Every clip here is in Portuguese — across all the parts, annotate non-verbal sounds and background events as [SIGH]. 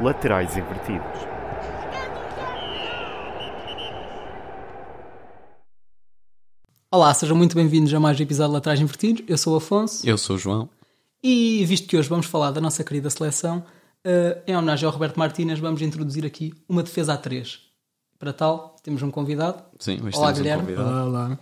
laterais invertidos. Olá, sejam muito bem-vindos a mais um episódio de Laterais Invertidos. Eu sou o Afonso Eu sou o João. e, visto que hoje vamos falar da nossa querida seleção, eh, em homenagem ao Roberto Martínez, vamos introduzir aqui uma defesa a três. Para tal, temos um convidado. Sim, hoje Olá, temos Guilherme. um convidado. Olá, olá.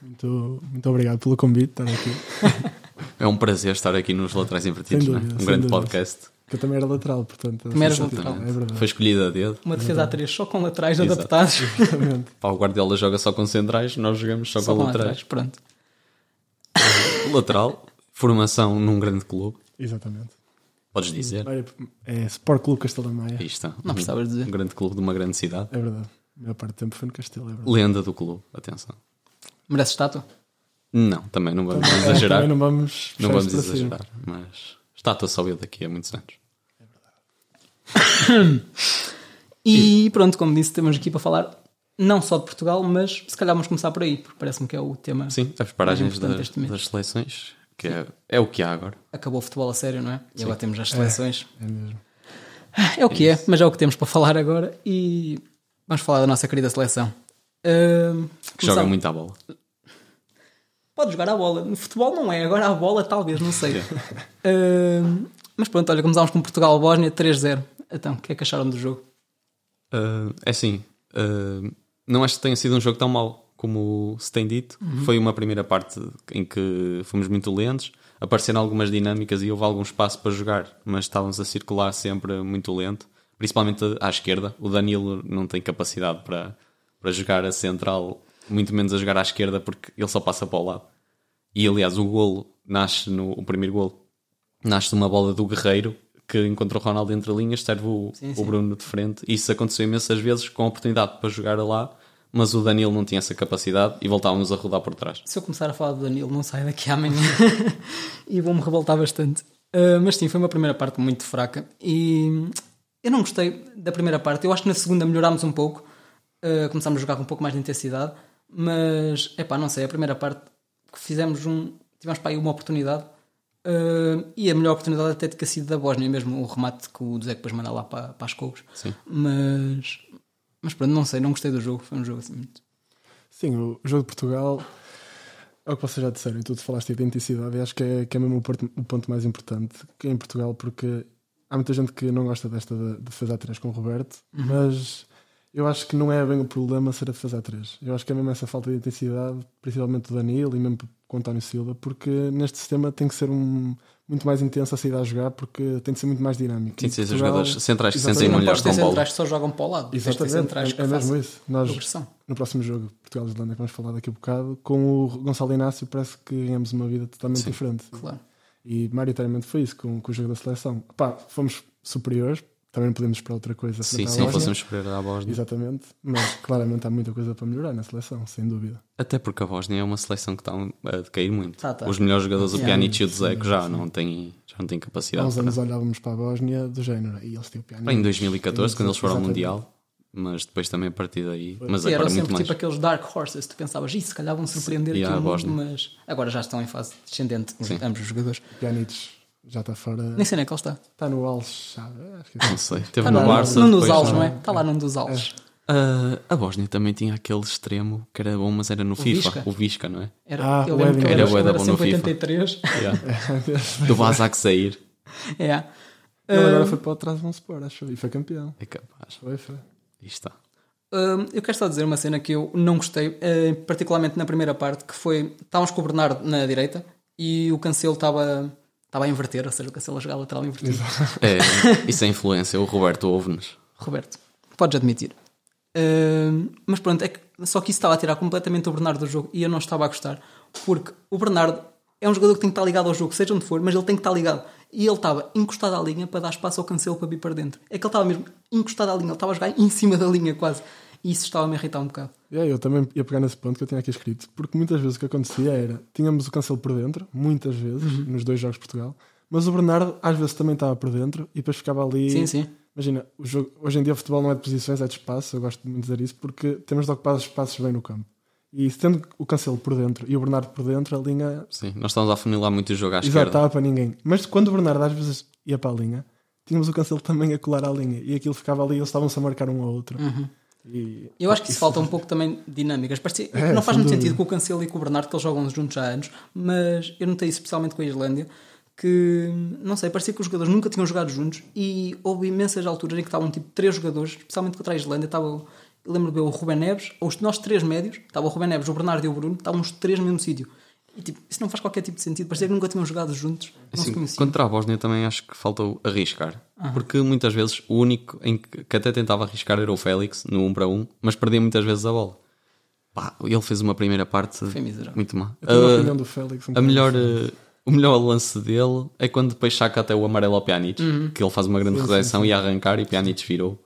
Muito, muito obrigado pelo convite, estar aqui. É um prazer estar aqui nos Laterais Invertidos, Sem não é? dúvida, Um sem grande dúvida. podcast. Que eu também era lateral, portanto. Também eras faz sentido. lateral. É verdade. Foi escolhido a dedo. Uma defesa a três só com laterais Uhum. Exato. adaptados. [LAUGHS] Pá, o Guardiola joga só com centrais, nós jogamos só, só com com laterais. laterais, pronto. Lateral, formação num grande clube. Exatamente. Podes dizer? Olha, É Sport Clube Castelo da Maia. Aí está. Não precisavas dizer. Um grande clube de uma grande cidade. É verdade. A maior parte do tempo foi no Castelo, é verdade. Lenda do clube, atenção. Merece estátua? Não, também não vamos Também exagerar. Não vamos, Não puxar vamos isto para cima. exagerar, mas estátua só eu daqui a muitos anos. E pronto, como disse, temos aqui para falar não só de Portugal, mas se calhar vamos começar por aí, porque parece-me que é o tema. Sim, as paragens importante das, este mês. das seleções, que é, é o que há agora. Acabou o futebol a sério, não é? E agora temos as seleções. É mesmo. É o que é, mas é o que temos para falar agora e vamos falar da nossa querida seleção. Ahm, Que começar- joga muito à bola. Pode jogar à bola. No futebol não é, agora à bola talvez, não sei. Ahm, mas pronto, olha, começámos com Portugal-Bósnia 3-0. Então, o que é que acharam do jogo? Uh, é assim, uh, não acho que tenha sido um jogo tão mau como se tem dito. Foi uma primeira parte em que fomos muito lentos, apareceram algumas dinâmicas e houve algum espaço para jogar, mas estávamos a circular sempre muito lento, principalmente à esquerda. O Danilo não tem capacidade para, para jogar a central, muito menos a jogar à esquerda, porque ele só passa para o lado. E aliás, o golo nasce no o primeiro golo nasce de uma bola do Guerreiro que encontra o Ronaldo entre linhas, serve o, o Bruno de frente. Isso aconteceu imensas vezes com a oportunidade para jogar lá, mas o Danilo não tinha essa capacidade e voltávamos a rodar por trás. Se eu começar a falar do Danilo, não saio daqui [LAUGHS] amanhã e vou-me revoltar bastante. Ah, mas sim, foi uma primeira parte muito fraca e hum, eu não gostei da primeira parte. Eu acho que na segunda melhorámos um pouco, ah, começámos a jogar com um pouco mais de intensidade, mas é pá, não sei. A primeira parte que fizemos um. tivemos para aí uma oportunidade ah, e a melhor oportunidade até de que sido da Bósnia, mesmo o remate que o Zé depois manda lá para, para as couves. Sim. Mas, mas pronto, não sei, não gostei do jogo. Foi um jogo assim muito. Sim, o jogo de Portugal é o que vocês já disseram, e tu falaste de identidade, e acho que é, que é mesmo o porto- o ponto mais importante que é em Portugal, porque há muita gente que não gosta desta de, de fazer a 3 com o Roberto, Uhum. mas eu acho que não é bem o problema ser a fazer a 3. Eu acho que é mesmo essa falta de intensidade, principalmente do Danilo e mesmo com o António Silva, porque neste sistema tem que ser um, muito mais intensa a saída a jogar, porque tem de ser muito mais dinâmico. Tem de ser E esses Portugal- jogadores centrais que Exatamente. sentem Não melhor podes ter com bola. centrais que só jogam para o lado. Tens de ter centrais Exatamente, que é, é mesmo façam isso. Nós, progressão. no próximo jogo, Portugal e Islândia, que vamos falar daqui a bocado, com o Gonçalo Inácio, parece que ganhamos uma vida totalmente diferente. Claro. E maioritariamente foi isso com, com o jogo da seleção. Pá, fomos superiores, também não podemos esperar outra coisa. Sim, frente à se não Bósnia. fôssemos esperar à Bósnia. Exatamente, mas claramente há muita coisa para melhorar na seleção, sem dúvida. Até porque a Bósnia é uma seleção que está a decair muito. Tá, tá. Os melhores jogadores, o Yeah. Pjanic e o Dzeko, já não têm, já não têm Há capacidade. uns para- anos olhávamos para a Bósnia do género e eles têm o piano. Bem, em 2014, quando eles foram ao Exatamente. Mundial, mas depois também a partir daí. Mas Sim, eram agora é sempre muito mais. tipo aqueles Dark Horses. Tu pensavas, isso se calhar vão surpreender E há aqui a o mundo, Bósnia. mas agora já estão em fase descendente ambos os jogadores. Pjanic já está fora. Nem sei nem é que ele está. Está no Alves, sabe? Acho que Não sei. Teve Está no lá Barça. num dos depois alves, já- Ah, não é? Está lá num dos alves. Ah, a Bósnia também tinha aquele extremo que era bom, mas era no FIFA, Visca? o Visca, [LAUGHS] não é? Era, Ah, eu o lembro que Edinho. ele Era bué da era bom no sempre 83. [LAUGHS] Do Eh, Vazak sair. [LAUGHS] é. é assim. Ele agora foi para o trás de um Sport, acho, e foi campeão. É capaz. Foi, foi. Aí está. Hum, eu quero só dizer uma cena que eu não gostei, eh, particularmente na primeira parte, que foi. Estávamos com o Bernardo na direita e o Cancelo estava. Estava a inverter, ou seja, o Cancelo a jogar lateral invertido. É, isso é influência. O Roberto ouve-nos. Roberto, podes admitir. Ahm, mas pronto, é que, só que isso estava a tirar completamente o Bernardo do jogo e eu não estava a gostar. Porque o Bernardo é um jogador que tem que estar ligado ao jogo, seja onde for, mas ele tem que estar ligado. E ele estava encostado à linha para dar espaço ao cancelo para vir para dentro. É que ele estava mesmo encostado à linha, ele estava a jogar em cima da linha quase. E isso estava a me irritar um bocado. É, eu também ia pegar nesse ponto que eu tinha aqui escrito, porque muitas vezes o que acontecia era, tínhamos o cancelo por dentro, muitas vezes, Uhum. nos dois jogos de Portugal, mas o Bernardo às vezes também estava por dentro e depois ficava ali. Sim, sim. Imagina, o jogo- hoje em dia o futebol não é de posições, é de espaço, eu gosto muito de dizer isso, porque temos de ocupar os espaços bem no campo. E se tendo o cancelo por dentro e o Bernardo por dentro, a linha Sim, nós estamos a afunilar muito o jogo à Exato, tá, esquerda. estava para ninguém. Mas quando o Bernardo às vezes ia para a linha, tínhamos o cancelo também a colar à linha e aquilo ficava ali e eles estavam-se a marcar um ao outro. Uhum. E- Eu acho que isso falta um pouco também de dinâmicas. Parecia, É, não faz sem muito dúvida. sentido com o Cancelo e com o Bernardo, que eles jogam juntos há anos, mas eu notei isso especialmente com a Islândia, que não sei, parecia que os jogadores nunca tinham jogado juntos e houve imensas alturas em que estavam tipo três jogadores, especialmente contra a Islândia, estava, eu lembro de ver o Ruben Neves, ou os nós três médios, estava o Ruben Neves, o Bernardo e o Bruno, estavam os três no mesmo sítio. E tipo, isso não faz qualquer tipo de sentido, parecia que nunca tinham jogado juntos, não se Assim, conheciam. contra a Bósnia também acho que faltou arriscar. Porque muitas vezes o único em que, que até tentava arriscar era o Félix, no 1 para 1, mas perdia muitas vezes a bola. Pá, ele fez uma primeira parte miserável. muito má. Eu tenho a Ah, opinião do Félix. um a bocado melhor, diferente. eh, o melhor lance dele é quando depois saca até o amarelo ao Pjanic, que ele faz uma grande recepção e arrancar e Pjanic virou.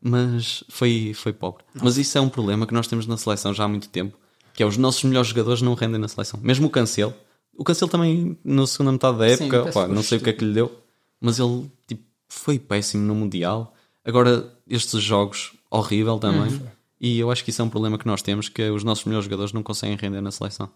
Mas foi, foi pobre. Mas isso é um problema que nós temos na seleção já há muito tempo, que é os nossos melhores jogadores não rendem na seleção. Mesmo o Cancelo. O Cancelo também, na segunda metade da Sim, época, parece pá, não sei o que é que lhe deu, mas ele tipo, foi péssimo no Mundial. Agora, estes jogos, horrível também. E eu acho que isso é um problema que nós temos, que é os nossos melhores jogadores não conseguem render na seleção.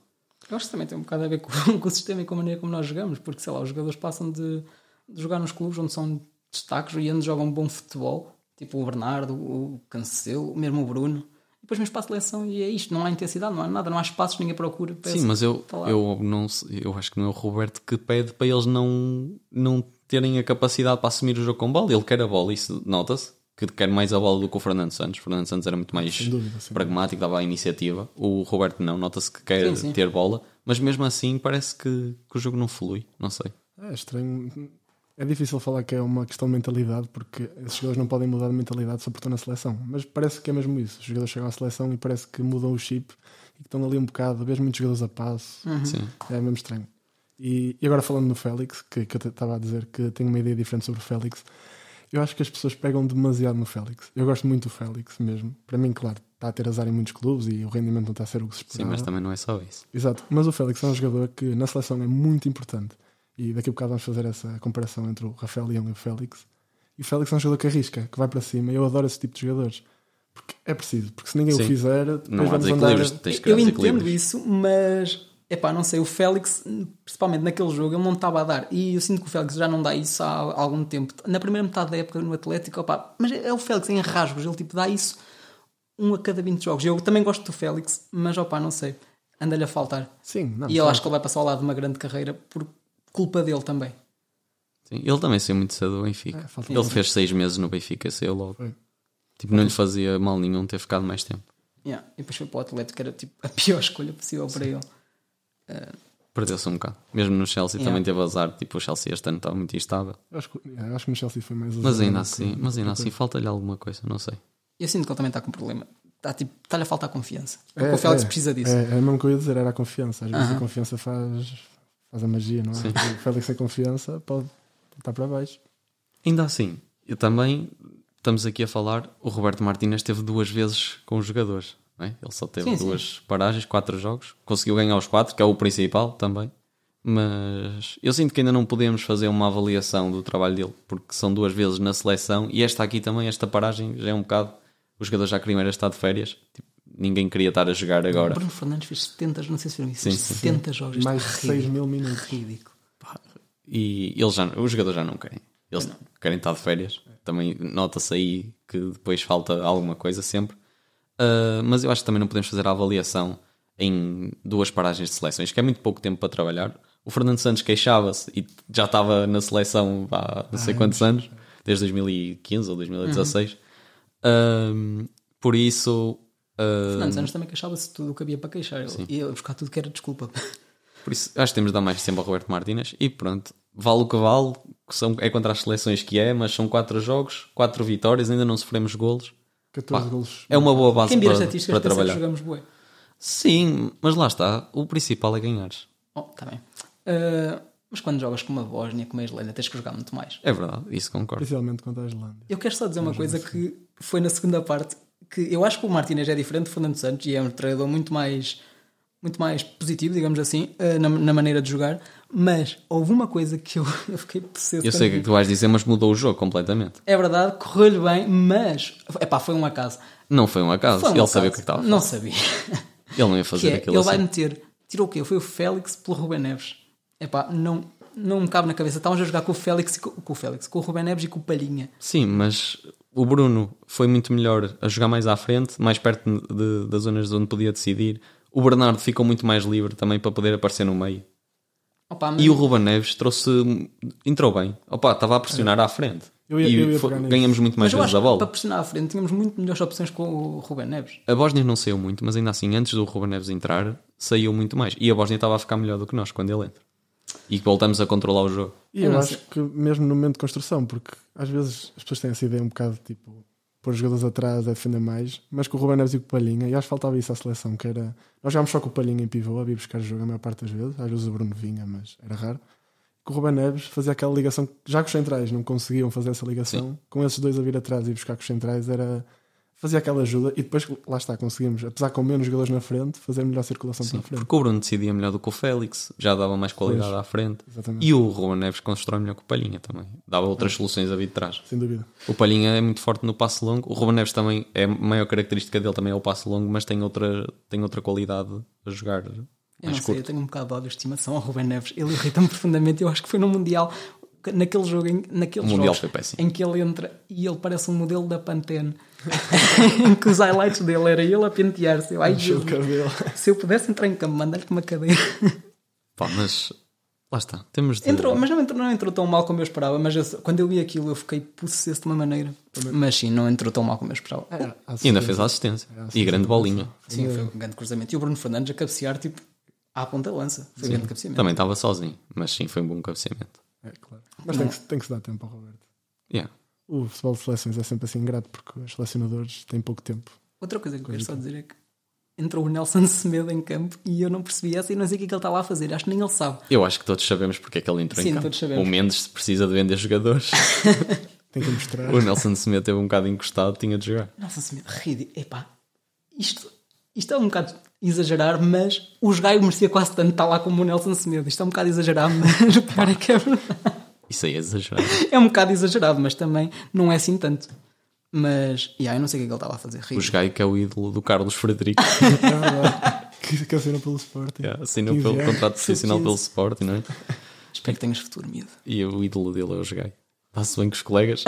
Eu acho que também tem um bocado a ver com, [LAUGHS] com o sistema e com a maneira como nós jogamos, porque sei lá, os jogadores passam de, de jogar nos clubes onde são destaques e onde jogam bom futebol, tipo o Bernardo, o Cancelo, mesmo o Bruno, e depois mesmo para a seleção e é isto, não há intensidade, não há nada, não há espaços, ninguém procura. parece Sim, mas eu, que está lá. eu, não, sei- eu acho que não é o Roberto que pede para eles não, não terem a capacidade para assumir o jogo com bola. Ele quer a bola, isso nota-se, que quer mais a bola do que o Fernando Santos. O Fernando Santos era muito mais dúvida, sem pragmático, dava a iniciativa. O Roberto não, nota-se que quer Sim, sim. ter bola, mas mesmo assim parece que, que o jogo não flui, não sei. É estranho. É difícil falar que é uma questão de mentalidade, porque esses jogadores não podem mudar de mentalidade só porque estão na seleção. Mas parece que é mesmo isso. Os jogadores chegam à seleção e parece que mudam o chip e que estão ali um bocado. Vês muitos jogadores a passo. Uhum. Sim. É mesmo estranho. E, e agora falando no Félix, que, que eu te- estava a dizer que tenho uma ideia diferente sobre o Félix, eu acho que as pessoas pegam demasiado no Félix. Eu gosto muito do Félix mesmo. Para mim, claro, está a ter azar em muitos clubes e o rendimento não está a ser o que se Sim, esperava. mas também não é só isso. Exato, mas o Félix é um jogador que na seleção é muito importante. E daqui a bocado vamos fazer essa comparação entre o Rafael Leão e o Félix. E o Félix é um jogador que arrisca, que vai para cima. Eu adoro esse tipo de jogadores. Porque é preciso, porque se ninguém Sim. o fizer, depois Não há vamos andar. desequilíbrios, tens que criar Eu entendo desequilíbrios. isso, mas epá, não sei, o Félix, principalmente naquele jogo, ele não estava a dar. E eu sinto que o Félix já não dá isso há algum tempo. Na primeira metade da época no Atlético, opá, mas é o Félix em rasgos, ele tipo dá isso um a cada 20 jogos. Eu também gosto do Félix, mas opá, não sei, anda-lhe a faltar. Sim, não, e eu claro. acho que ele vai passar ao lado de uma grande carreira por culpa dele também. Sim, ele também saiu muito cedo do Benfica. É, falta ele muito. fez seis meses no Benfica, saiu logo. Foi. Tipo, não lhe fazia mal nenhum ter ficado mais tempo. Yeah. E depois foi para o Atlético, que era tipo a pior [LAUGHS] escolha possível para ele. Perdeu-se um bocado. Mesmo no Chelsea Yeah. também teve azar. Tipo, o Chelsea este ano está muito instável. Eu acho, que, é, acho que no Chelsea foi mais um Mas Uhum, azar ainda do assim, que- mas ainda do assim que- falta-lhe alguma coisa, não sei. Eu sinto que ele também está com um problema. Está tipo, está-lhe a faltar confiança. É, Porque o Félix é, precisa disso. É, é mesmo que eu ia dizer, era a confiança. Às vezes a confiança faz, faz a magia, não é? O Félix sem confiança pode estar para baixo. Ainda assim, eu também estamos aqui a falar. O Roberto Martínez teve duas vezes com os jogadores. Não é? Ele só teve Sim, sim. duas paragens, quatro jogos. Conseguiu ganhar os quatro, que é o principal também. Mas eu sinto que ainda não podemos fazer uma avaliação do trabalho dele, porque são duas vezes na seleção e esta aqui também, esta paragem já é um bocado. Os jogadores já queriam era estar de férias. Tipo, ninguém queria estar a jogar agora. Bruno Fernandes fez 70, não sei se viram isso, Sim, fez sim, 70 jogos. Mais de Isto é 6 mil minutos. Ridículo. E eles já, os jogadores já não querem. Eles querem estar de férias. Também nota-se aí que depois falta alguma coisa sempre. Ah, mas eu acho que também não podemos fazer a avaliação em duas paragens de seleções, que é muito pouco tempo para trabalhar. O Fernando Santos queixava-se e já estava na seleção há não sei quantos anos, desde 2015 ou 2016. Ah, por isso, ah, Fernandes anos também queixava-se de tudo o que havia para queixar. Ele ia buscar tudo que era desculpa. Por isso, acho que temos de dar mais tempo ao Roberto Martínez e pronto, vale o que vale, que são, é contra as seleções que é, mas são quatro jogos, quatro vitórias, ainda não sofremos golos. 14 Pá, golos. É uma boa base Quem vira as para, estatísticas para pensa que trabalhar. jogamos bué. Sim, mas lá está, o principal é ganhares. Oh, tá bem. Ah, mas quando jogas com uma Bósnia, com uma Islândia, tens que jogar muito mais. É verdade, isso concordo. Principalmente contra a Islândia. Eu quero só dizer uma coisa que foi na segunda parte que eu acho que o Martínez é diferente do Fernando Santos e é um treinador muito mais muito mais positivo, digamos assim, ah, na, na maneira de jogar, mas houve uma coisa que eu, [LAUGHS] eu fiquei possesso Eu quando sei vi. o que é que tu vais dizer, mas mudou o jogo completamente. É verdade, correu-lhe bem, mas epá, foi um acaso. Não foi um acaso, Foi um ele acaso. sabia o que é que estava. a fazer. Não sabia. Ele não ia que [LAUGHS] fazer é, aquilo ele vai assim. meter. Tirou o quê? Foi o Félix pelo Rubén Neves. Epá, não. não me cabe na cabeça. Estávamos a jogar com o Félix, e co- com o Félix, com o Rubén Neves e com o Palhinha. Sim, mas o Bruno foi muito melhor a jogar mais à frente, mais perto de- das zonas onde podia decidir. O Bernardo ficou muito mais livre também para poder aparecer no meio. Opa, mas- E o Ruben Neves trouxe. entrou bem. Opa, estava a pressionar à frente. Eu ia- e eu ia fo- pegar nisso. ganhamos muito mas mais eu vezes acho a que para bola. pressionar à frente tínhamos muito melhores opções com o Rubén Neves. A Bósnia não saiu muito, mas ainda assim, antes do Ruben Neves entrar, saiu muito mais. E a Bósnia estava a ficar melhor do que nós quando ele entra. E voltamos a controlar o jogo. E Eu eu, não acho que mesmo no momento de construção, porque às vezes as pessoas têm essa ideia um bocado tipo pôr os jogadores atrás a defender mais, mas com o Ruben Neves e com o Palhinha, e acho que faltava isso à seleção, que era nós jogámos só com o Palhinha em pivô, a vir buscar o jogo a maior parte das vezes, às vezes o Bruno vinha, mas era raro. Que o Ruben Neves fazia aquela ligação, que já que os centrais não conseguiam fazer essa ligação, com esses dois a vir atrás e buscar com os centrais era fazia aquela ajuda e depois lá está, conseguimos, apesar com menos jogadores na frente, fazer melhor circulação para a frente. Porque o Bruno decidia melhor do que o Félix, já dava mais qualidade à frente. Exatamente. E o Ruben Neves constrói melhor que o Palhinha também. Dava outras soluções a vir de trás. Sem dúvida. O Palhinha é muito forte no passe longo. O Ruben Neves também, é a maior característica dele também é o passe longo, mas tem outra, tem outra qualidade a jogar Ah, Eu mais não sei, eu curto. tenho um bocado de ódio de estimação ao Rubén Neves. Ele irrita-me profundamente. Eu acho que foi no Mundial, que- naquele jogo, em, naqueles O Mundial jogos foi péssimo. em que ele entra e ele parece um modelo da Pantene, [LAUGHS] em que os highlights dele era ele a pentear-se. Eu, ai, Cheio Jesus, de cabelo. se eu pudesse entrar em campo, mandar-lhe com uma cadeira. Pá, mas lá está. Temos de... Entrou, mas não entrou, não entrou tão mal como eu esperava. Mas eu- quando eu vi aquilo, eu fiquei possesso de uma maneira. Mas sim, não entrou tão mal como eu esperava. É. Ah, E É, ainda fez a assistência. e grande bolinha. Sim, foi um grande cruzamento. E o Bruno Fernandes a cabecear, tipo, à ponta lança. Foi um grande cabeceamento. Também estava sozinho, mas sim, foi um bom cabeceamento. É, claro. Mas tem que, tem que se dar tempo ao Roberto. Yeah. O futebol de seleções é sempre assim ingrato porque os selecionadores têm pouco tempo. Outra coisa que eu quero só dizer é que entrou o Nelson [LAUGHS] Semedo em campo e eu não percebi essa e não sei o que é que ele está lá a fazer. Acho que nem ele sabe. Eu acho que todos sabemos porque é que ele entrou Sim, em campo. todos sabemos. O Mendes precisa de vender jogadores. [LAUGHS] Tem que mostrar. o Nelson Semedo teve um bocado encostado, tinha de jogar. Nelson Semedo, ridículo. Epá, isto, isto é um bocado exagerar, mas o Gaio merecia quase tanto estar lá como o Nelson Semedo. Isto é um bocado exagerado, [LAUGHS] mas para que é verdade. Isso aí é exagerado. É um bocado exagerado, mas também não é assim tanto. Mas, yeah, eu não sei o que é que ele está lá a fazer. O Ridículo. Gaio que é o ídolo do Carlos Frederico. [LAUGHS] É verdade. que, que assinou pelo Sporting. Yeah, assinou 15 pelo anos. contrato profissional pelo Sporting, não é? Espero que tenhas futuro, miúdo. E o ídolo dele é o Gaio. Está-se bem com [LAUGHS] os colegas.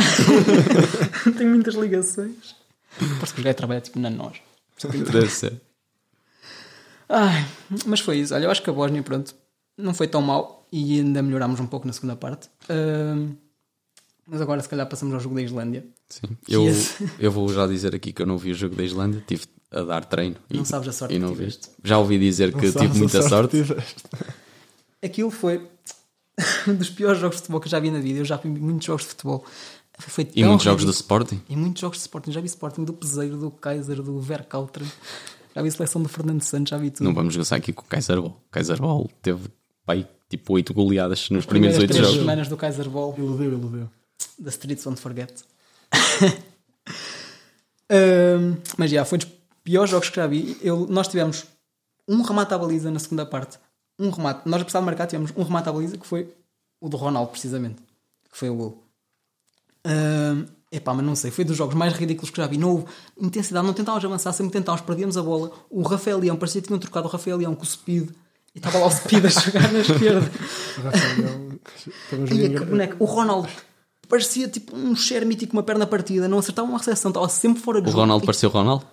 Tem muitas ligações. Parece que o Gaio trabalha tipo na nós. Deve ser. Ai, mas foi isso. Olha, eu acho que a Bósnia, pronto, não foi tão mal e ainda melhorámos um pouco na segunda parte. Ahm, mas agora, se calhar, passamos ao jogo da Islândia. Sim. Eu, Yes. [LAUGHS] eu vou já dizer aqui que eu não vi o jogo da Islândia, tive a dar treino. Não sabes a sorte e não que vi. tiveste. Já ouvi dizer que Não tive sabes muita a sorte. tiveste. Aquilo foi [LAUGHS] um dos piores jogos de futebol que eu já vi na vida. Eu já vi muitos jogos de futebol. Foi E tão muitos jogos do ridículo. Sporting. E muitos jogos de Sporting. Já vi Sporting do Peseiro, do Kaiser, do Verkautra. Já vi seleção do Fernando Santos, já vi tudo. Não vamos gozar aqui com o Kaiser Ball. O Kaiser Ball teve pai, tipo 8 goleadas nos primeiros Primeiras 8 três jogos. semanas do Kaiser Ball. Iludeu, iludeu. The Streets Won't Forget. [LAUGHS] Ahm, mas já, foi dos piores jogos que já vi. Eu- nós tivemos um remate à baliza na segunda parte. Um remate. Nós precisávamos marcar, tivemos um remate à baliza que foi o do Ronaldo, precisamente. Que foi o gol. epá, mas não sei, foi dos jogos mais ridículos que já vi. Não houve intensidade, não tentávamos avançar, sempre tentávamos, perdíamos a bola. O Rafael Leão, parecia que tinham trocado o Rafael Leão com o Speed. E estava lá o Speed a [LAUGHS] jogar na esquerda. O Rafael é um- foi um Ia, jogo que engra- boneco. O Ronaldo parecia tipo um share mítico, uma perna partida, não acertava uma recepção, estava sempre fora de O jogo. [LAUGHS] Ronaldo pareceu o Ronaldo.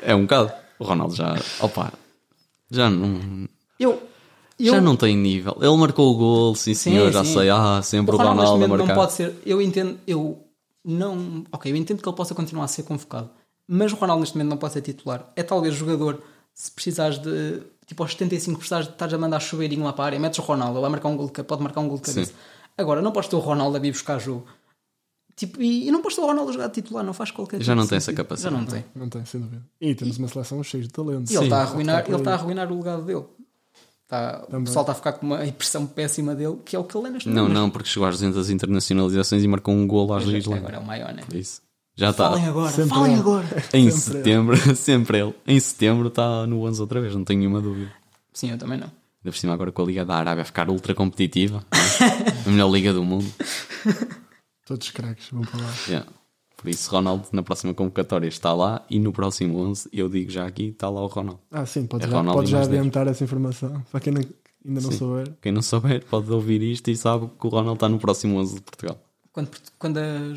é um bocado. O Ronaldo já. Opa. Já não. Eu, eu, Já não tem nível. Ele marcou o gol, sim Sim, senhor, já sim. sei. Ah, sempre o Ronaldo, neste a momento, marcar. não pode ser. Eu entendo, eu não. Ok, eu entendo que ele possa continuar a ser convocado, mas o Ronaldo neste momento não pode ser titular. É talvez jogador, se precisares de. Tipo, aos 75 precisares de estares a mandar chuveirinho lá para a área, metes o Ronaldo, ele vai marcar um gol, de ca- pode marcar um gol de cabeça. Sim. Agora, não podes ter o Ronaldo a vir buscar jogo. Tipo, e, e não podes ter o Ronaldo a jogar de titular, não faz qualquer Já tipo não de tem essa sentido. capacidade. Já não tem. Não tem, sem dúvida. E temos uma seleção cheia de talento. E ele Sim. está a arruinar, Está por ele está a aí. arruinar o legado dele. Está- o pessoal está a ficar com uma impressão péssima dele, que é o que ele é neste Não, momento. não, porque chegou às 200 internacionalizações e marcou um gol às Mas Agora Islândia. é o maior, né? É isso. Já está. Falem agora, Sempre falem ele. agora. Em Sempre setembro, [LAUGHS] sempre ele. Em setembro está no 11 outra vez, não tenho nenhuma dúvida. Sim, eu também não. Ainda por cima, agora com a Liga da Arábia a ficar [LAUGHS] ultra competitiva. não é? a melhor Liga do mundo. Todos craques, vão para lá. Yeah. Por isso, Ronaldo, na próxima convocatória está lá e no próximo 11, eu digo já aqui, está lá o Ronaldo. Ah, sim, pode É já, Ronaldo pode e já mais dez. adiantar essa informação para quem não- ainda não Sim. souber. Quem não souber pode ouvir isto e sabe que o Ronaldo está no próximo 11 de Portugal. Quando, Port- quando a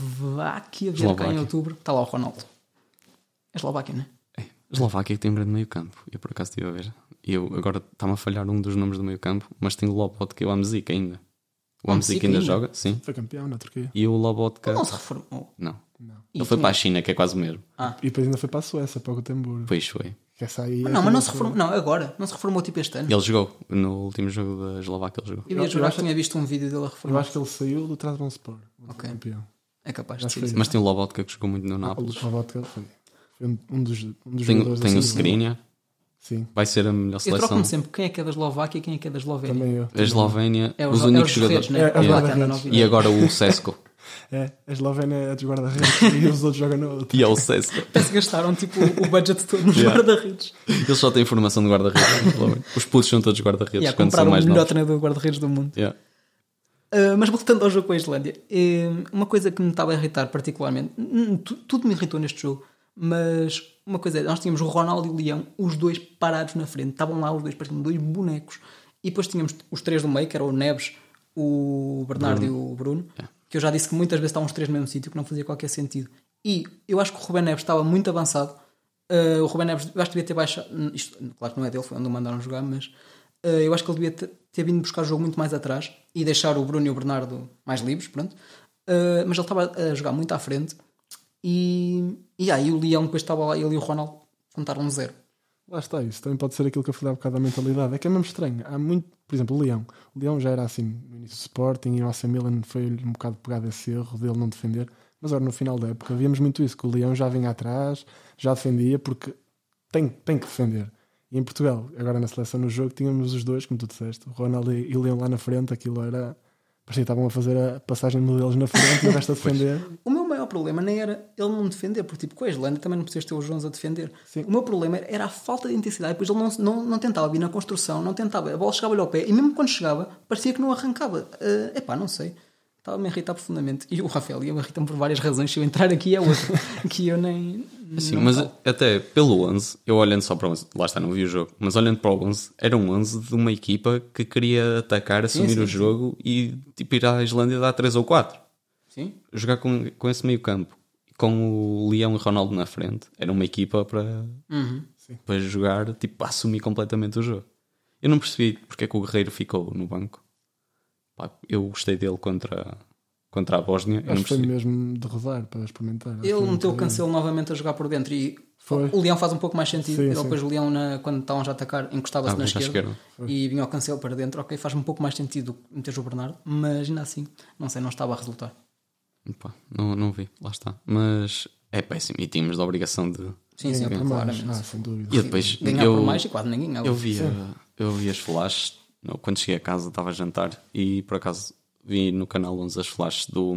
Eslováquia vier cá em Eslováquia. outubro, está lá o Ronaldo. É Eslováquia, não é? É, a Eslováquia tem um grande meio campo. Eu por acaso estive a ver. E Eu, agora está-me a falhar um dos nomes do meio campo, mas tem o Lobotka e o Amzik ainda. O Amzik Amzik ainda, ainda? joga, sim. Foi campeão na Turquia. E o Lobotka. Ele não se reformou. Não. E É. Ele foi tinha- para a China, que é quase o mesmo. Ah. E depois ainda foi para a Suéça, para o Gotemburgo. Pois foi. Que essa aí é Não, mas não se aquela- reformou. Não, agora. Não se reformou tipo este ano. Ele jogou. No último jogo da Eslováquia, ele jogou. Eu ia Eu jurar acho- que tinha visto um vídeo dele a Eu reformar. acho que ele saiu do Trabzonspor. Ok. Okay. Campeão. É capaz de Acho ser. que foi. Mas tem o Lobotka que jogou muito no O Ah, Nápoles. Lobotka foi foi um um dos, um dos Tem, jogadores da tem o seleção. Skriniar. Sim, Vai ser a melhor assim, é? Eu seleção. troco-me sempre quem é que é da Eslováquia e quem é que é da Eslovénia. também eu. A Eslovénia, É os é redes, únicos jogadores. né? É, é Os lá os que andam redes. na E vida. agora o Sesco. [LAUGHS] É, a Eslovénia é de guarda-redes [LAUGHS] e os outros jogam no outro. e é o Sesco. Parece que gastaram tipo o budget todo nos Yeah. guarda-redes. Eles só têm formação de guarda-redes. Eslovénia. Os putos são todos guarda-redes E a quando são compraram o mais melhor novos. treinador de guarda-redes do mundo. Yeah. Uh, mas voltando ao jogo com a Islândia, eh, uma coisa que me estava a irritar particularmente, hum, tu- tudo me irritou neste jogo, mas uma coisa é, nós tínhamos o Ronaldo e o Leão, os dois parados na frente, estavam lá os dois, pareciam dois bonecos, e depois tínhamos os três do meio, que eram o Neves, o Bernardo e o Bruno, que eu já disse que muitas vezes estavam os três no mesmo sítio, que não fazia qualquer sentido. E eu acho que o Rubén Neves estava muito avançado, Uh, o Rubén Neves, eu acho que devia ter baixado. Isto, claro que não é dele, foi onde o mandaram jogar, mas uh, eu acho que ele devia ter, ter vindo buscar o jogo muito mais atrás e deixar o Bruno e o Bernardo mais livres, pronto. Uh, mas ele estava a jogar muito à frente e, e aí o Leão depois estava lá, ele e o Ronaldo contaram um zero. Lá está isso. Também pode ser aquilo que eu falei há bocado da mentalidade. É que é mesmo estranho. Há muito. Por exemplo, o Leão. O Leão já era assim no início do Sporting e o AC Milan foi-lhe um bocado pegado esse erro dele não defender. Mas agora no final da época víamos muito isso, que o Leão já vinha atrás, já defendia, porque tem, tem que defender. E em Portugal, agora na seleção no jogo, tínhamos os dois, como tu disseste, o Ronaldo e e o Leão lá na frente, aquilo era. Parecia que estavam a fazer a passagem de modelos na frente e [LAUGHS] o resto a defender. O meu maior problema nem era ele não defender, porque tipo, com a Islândia também não precisas ter os Jones a defender. Sim. O meu problema era a falta de intensidade, depois ele não, não, não tentava vir na construção, não tentava, a bola chegava-lhe ao pé e mesmo quando chegava parecia que não arrancava. é epá, não sei. Estava-me a irritar profundamente. E o Rafael ia-me irritar por várias razões. Se eu entrar aqui é outra. que eu nem. Sim, não Assim, tá. mas falo. até pelo 11, eu olhando só para o 11, lá está, não vi o jogo, mas olhando para o 11, era um 11 de uma equipa que queria atacar, assumir sim, o sim. jogo e tipo, ir à Islândia dar 3 ou 4. Sim. Jogar com, com esse meio campo, com o Leão e Ronaldo na frente, era uma equipa para, Uhum, para jogar, tipo, para assumir completamente o jogo. Eu não percebi porque é que o Guerreiro ficou no banco. Pá, eu gostei dele contra, contra a Bósnia, eu não Acho que foi percebi. mesmo de rodar para experimentar. Acho que Ele foi um meteu o bocadinho. cancelo novamente a jogar por dentro e Foi. o Leão faz um pouco mais sentido. Sim, Ele sim. depois o Leão, na- quando estavam já a atacar, encostava-se na Estava muito à esquerda, e vinha o cancelo para dentro. Ok, faz um pouco mais sentido que meteres o Bernardo, mas ainda assim, não sei, não estava a resultar. Pá, não, não vi, lá está. Mas é péssimo e tínhamos a obrigação de. Sim, sim, Ganhar por mais. claramente. Ah, sem dúvida. E eu depois Ganhar eu, por mais e quase ninguém ganhava. eu via, eu via as flashes. não, quando cheguei a casa estava a jantar e por acaso vi no canal 11 as flashes do,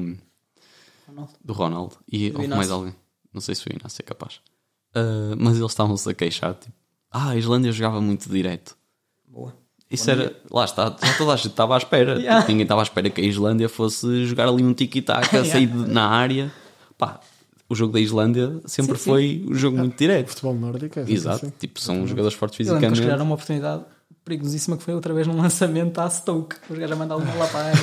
Ronaldo. do Ronaldo e houve Inácio. mais alguém. Não sei se foi o Inácio é capaz. Ah, mas eles estavam-se a queixar. Tipo, ah, a Islândia jogava muito direto. Boa. Isso era, lá está, já toda a gente estava à [LAUGHS] espera. Yeah. Tipo, ninguém estava à espera que a Islândia fosse jogar ali um tiki-taka, [LAUGHS] Yeah. sair de- na área. Pá, o jogo da Islândia sempre Sim, sim. foi um jogo muito direto. Futebol nórdico é sempre Exato, assim. tipo, são jogadores fortes Eu lembro que Uhum. eles fisicamente. criaram uma oportunidade perigosíssima que foi outra vez num lançamento à Stoke. Os gajos a mandar uma lá para a área.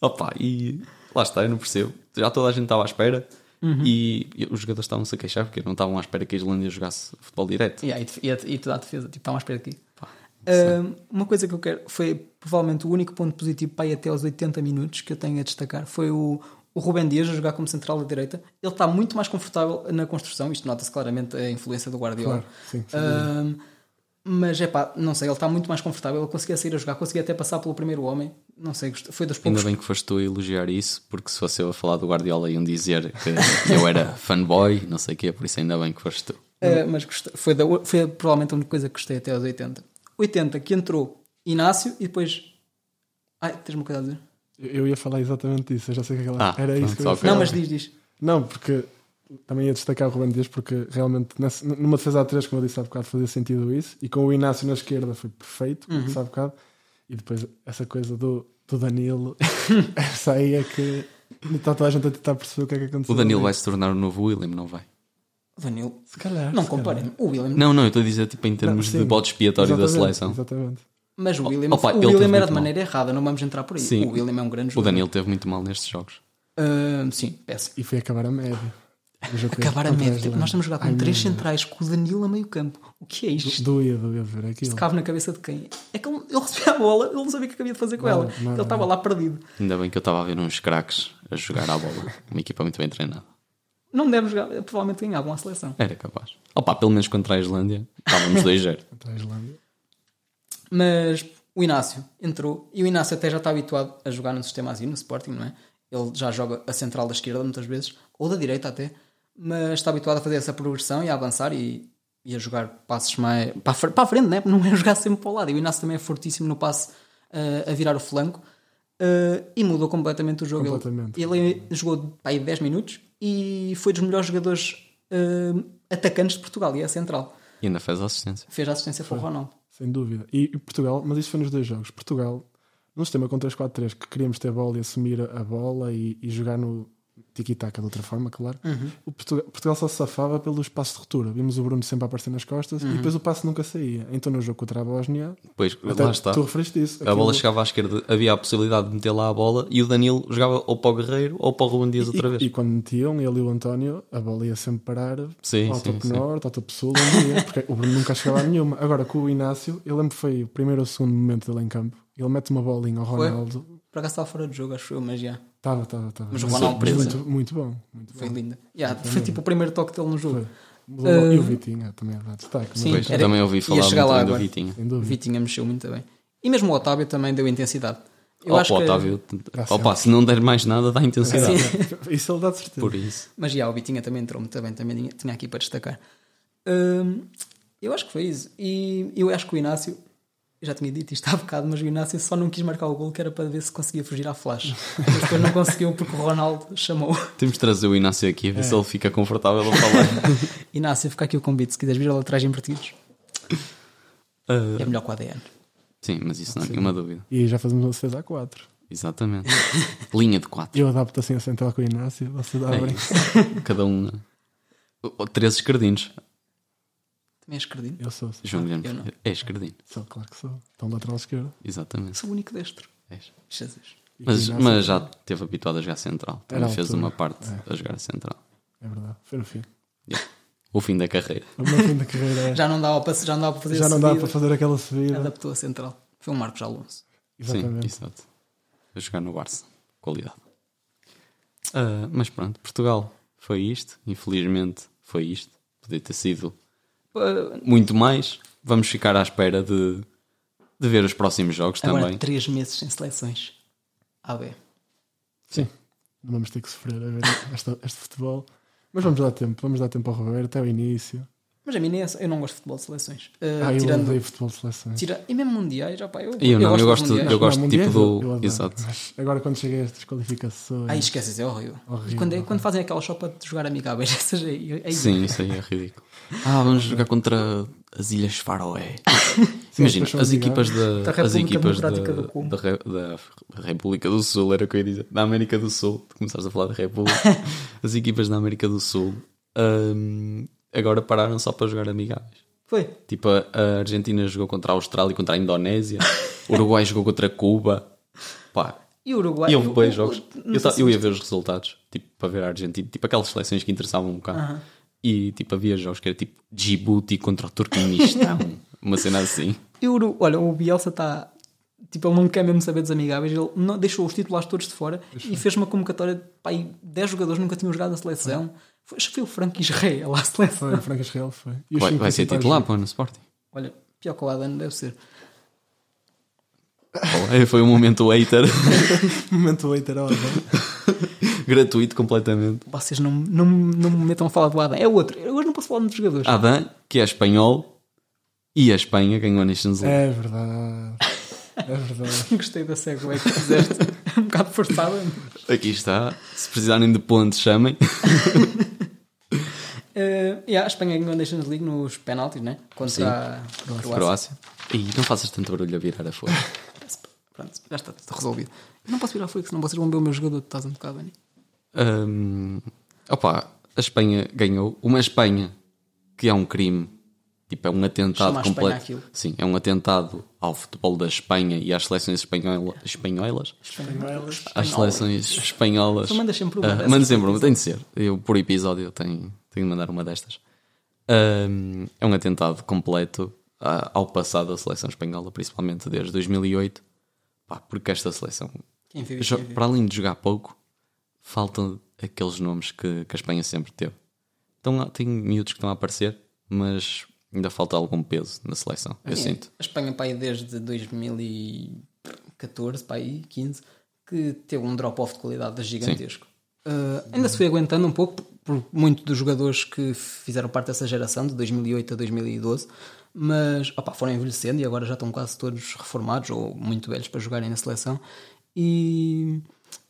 Opa, e lá está, eu não percebo. Já toda a gente estava à espera Uhum. e e os jogadores estavam-se a queixar porque não estavam à espera que a Islândia jogasse futebol direto. E aí, e, a- e toda a defesa, tipo, está mais perto aqui. Ah, uma coisa que eu quero foi provavelmente o único ponto positivo para ir até aos 80 minutos que eu tenho a destacar foi o, o Rubem Dias a jogar como central da direita. Ele está muito mais confortável na construção, isto nota-se claramente a influência do Guardiola. Claro, sim, sim. Ahm, mas é pá, não sei, ele está muito mais confortável. Ele conseguia sair a jogar, conseguia até passar pelo primeiro homem. Não sei, gost- foi dos Ainda poucos. bem que foste tu a elogiar isso, porque se fosse eu a falar do Guardiola iam dizer que eu [LAUGHS] era fanboy, não sei o quê, por isso ainda bem que foste tu. ah, mas gostei- foi, da- foi provavelmente a única coisa que gostei até aos 80. 80 que entrou Inácio e depois. Ai, tens uma coisa a dizer? Eu ia falar exatamente isso, eu já sei que aquela. Ah, era isso que eu ia pronto, falar. Não, mas diz, diz. Não, porque também ia destacar o Ruben Dias, porque realmente nessa- numa defesa a 3, como eu disse há bocado, fazia sentido isso. E com o Inácio na esquerda foi perfeito, como Uhum. um disse há bocado. E depois [LAUGHS] essa coisa do, do Danilo, essa aí é que Está toda a gente a tentar perceber o que é que aconteceu. O Danilo vai se tornar o novo William, não vai? Danilo, Se calhar. não se calhar. comparem. O William, Não, não, eu estou a dizer tipo em termos sim. de bode expiatório da Exatamente, seleção. Exatamente. mas o William, Oh, opa, o ele William teve era muito de maneira errada, não vamos entrar por aí. Sim. O William é um grande O jogador. Danilo teve muito mal nestes jogos. Ah, sim, péssimo. E foi acabar a média. O jogo foi Acabar a contra média. a Tipo, Islândia. nós estamos a jogar com Ai, três meu centrais com o Danilo a meio campo. O que é isto? Doía, doía de ver aquilo. Isto cabe na cabeça de quem? É que ele, ele recebia a bola, ele não sabia o que havia de fazer com ela. não, ele não. estava lá perdido. Ainda bem que eu estava a ver uns craques a jogar à bola. Uma equipa muito bem treinada. Não deve jogar, provavelmente ganhavam a seleção. Era capaz. Opa, pelo menos contra a Islândia estávamos 2-0. Contra a Islândia. Mas o Inácio entrou e o Inácio até já está habituado a jogar num sistema assim, no Sporting, não é? Ele já joga a central da esquerda muitas vezes, ou da direita até, mas está habituado a fazer essa progressão e a avançar e, e a jogar passos mais para a, fre- para a frente, né? não é jogar sempre para o lado. E o Inácio também é fortíssimo no passe ah, a virar o flanco ah, e mudou completamente o jogo. Ele- Completamente. Ele, jogou pá, aí 10 minutos e foi dos melhores jogadores ah, atacantes de Portugal e é central. E ainda fez a assistência. Fez a assistência para o Ronaldo. Sem dúvida. E, e Portugal, mas isto foi nos dois jogos. Portugal, num sistema com 3-4-3, que queríamos ter bola e assumir a a bola e, e jogar no tiki-taka de outra forma, claro. O Portugal, Portugal só se safava pelos passos de ruptura. Vimos o Bruno sempre a aparecer nas costas e depois o passo nunca saía. Então no jogo contra a Bósnia, Depois, até lá está. tu referiste isso. A bola Aquilo- chegava à esquerda, havia a possibilidade de meter lá a bola e o Danilo jogava ou para o Guerreiro ou para o Ruben Dias outra e, vez. E quando metiam, ele e o António, a bola ia sempre parar Sim, ao sim, topo sim. norte, ao topo sul, onde ia, porque o Bruno nunca chegava a nenhuma. Agora, com o Inácio, eu lembro que foi o primeiro ou segundo momento dele em campo. Ele mete uma bolinha ao Foi? Ronaldo. Por acaso estava fora de jogo, acho eu, mas já. Estava, estava, estava. Mas o Ronaldo presa. é Muito, muito bom. Muito bom. Foi linda. Yeah, foi tipo o primeiro toque dele no jogo. Foi. Mudou- E Ah, o Vitinha também é dá destaque. mas sim. Depois, Era- também ouvi ia falar muito chegar lá bem do agora. Vitinho. Sem O dúvida. Vitinha mexeu muito bem. E mesmo o Otávio também deu intensidade. Eu Opa, acho que... Otávio, Dá opa, se não der mais nada, dá intensidade. Isso ele dá de certeza. Por isso. Mas já, o Vitinha também entrou muito bem, também tinha- tinha aqui para destacar. Hum, eu acho que foi isso. E eu acho que o Inácio, eu já tinha dito isto há bocado, mas o Inácio só não quis marcar o gol que era para ver se conseguia fugir à [LAUGHS] flash. Mas depois não conseguiu porque o Ronaldo chamou. Temos de trazer o Inácio aqui a ver se ele fica confortável a falar. [LAUGHS] [LAUGHS] Inácio, fica aqui o convite. Se quiseres vir lá atrás invertidos, Ah, é melhor com o ADN. sim, mas isso não há nenhuma dúvida. E já fazemos uma 6 a 4. Exatamente. Linha de 4. Eu adapto assim a central com o Inácio. É Vocês abrem. Cada um. né? O- o- Três esquerdinhos. Também és credinho? Ah, Eu sou, João Guilherme Eu não. Ferreira. É esquerdinho. sou, claro que sou. Estão lateral esquerdo. Exatamente. Sou o único destro. És. Jesus. E com o Mas, Inácio- mas já esteve habituado a jogar central. Também Era a fez altura. uma parte a jogar central. É verdade. Foi no [LAUGHS] fim. Yeah. O fim da carreira. No fim da carreira é. Já não dava para, já não dava para fazer já a não dá subida. para fazer aquela subida. Adaptou a central. Foi um Marcos Alonso. Sim, Exatamente. exato. A jogar no Barça. Qualidade. Ah, mas pronto, Portugal foi isto. Infelizmente foi isto. Podia ter sido ah, muito mais. Vamos ficar à espera de, de ver os próximos jogos Agora também. três meses sem seleções. Ah, bem. Sim. Não vamos ter que sofrer a ver esta- este, futebol. Mas vamos dar tempo. Vamos dar tempo ao Roberto até o início. Mas a mim nem é só- eu não gosto de futebol de seleções. Uh, Ah, eu tirando, odeio futebol de seleções. tira, e mesmo mundiais, opá, eu, Eu não, eu gosto- de mundiais. eu gosto Não, tipo mundiais, do- eu adoro. exato. Mas Agora quando chega a estas qualificações. Ai, esqueces, é horrível. Horrível, e quando, é- horrível. quando fazem aquela chopa de jogar [LAUGHS] amigáveis, essas aí. aí- [LAUGHS] Sim, isso aí é ridículo. Ah, vamos jogar contra as Ilhas [LAUGHS] Faroé. Sim, Imagina, depois são as equipas Da da, as República equipas da, Democrática do Congo. da Re- da República do Sul, era o que eu ia dizer, da América do Sul, tu começaste a falar da [LAUGHS] República, as equipas da América do Sul hum, agora pararam só para jogar amigáveis. Foi. Tipo, a, a Argentina jogou contra a Austrália e contra a [LAUGHS] Indonésia, o Uruguai jogou contra Cuba. Pá, E o Uruguai. e houve eu- bem eu- jogos. não sei Eu, ta- se- eu ia ver os resultados, tipo, para ver a Argentina, tipo aquelas seleções que interessavam um bocado. E tipo, havia jogos que era tipo Djibouti contra o Turqueministão, uma cena assim. eu- Uru- olha, o Bielsa está. Tipo, ele não quer mesmo saber dos amigáveis, ele não, deixou os titulares todos de fora e fez uma convocatória de pá, aí 10 jogadores nunca tinham jogado na seleção. Foi, acho que foi o Frank Israel à seleção. Foi, o Franco Israel foi. E os Vai, cinco vai ser principais titular, pô, no Sporting. Olha, pior que o Adano deve ser. É, Foi um momento hater, [LAUGHS] Momento literal. não é? gratuito completamente. Vocês não, não, não me metam a falar do Adam. É outro. Eu hoje não posso falar de jogadores. Adam, que é espanhol, e a Espanha ganhou a Nations League. é? É verdade. É verdade. [LAUGHS] Gostei da segue é que fizeste. um bocado forçada. mas- Aqui está. Se precisarem de pontos, chamem. Eh, yeah, a Espanha ganhou a Nations League nos penaltis, né? Contra a Croácia. Croácia. E não faças tanto barulho a virar a folha. Pronto, já está tudo resolvido. Eu não posso virar frio, senão vocês vão ver o meu jogador que estás um né? a tocar, Dani. Hum, opa, a Espanha ganhou. Uma Espanha que é um crime, tipo, é um atentado Chama a Espanha completo. aquilo. Sim, é um atentado ao futebol da Espanha e às seleções espanhola, espanholas. Elas- Às seleções espanholas. Tu mandas sempre uma Ah, dessas, mando sempre uma, tem de ser. Eu, por episódio, eu tenho, tenho de mandar uma destas. Ahm, é um atentado completo ah, ao passado da seleção espanhola, principalmente desde 2008. Pá, porque esta seleção, Quem viu, jo- quem viu. para além de jogar pouco, faltam aqueles nomes que, que a Espanha sempre teve. Então, há- tem miúdos que estão a aparecer, mas ainda falta algum peso na seleção, eu Sim, sinto. A Espanha, pá, aí desde 2014, pá, aí 15, que teve um drop-off de qualidade gigantesco. Ah, ainda se foi aguentando um pouco por muito dos jogadores que fizeram parte dessa geração, de 2008 a 2012, mas opá, foram envelhecendo e agora já estão quase todos reformados ou muito velhos para jogarem na seleção. E,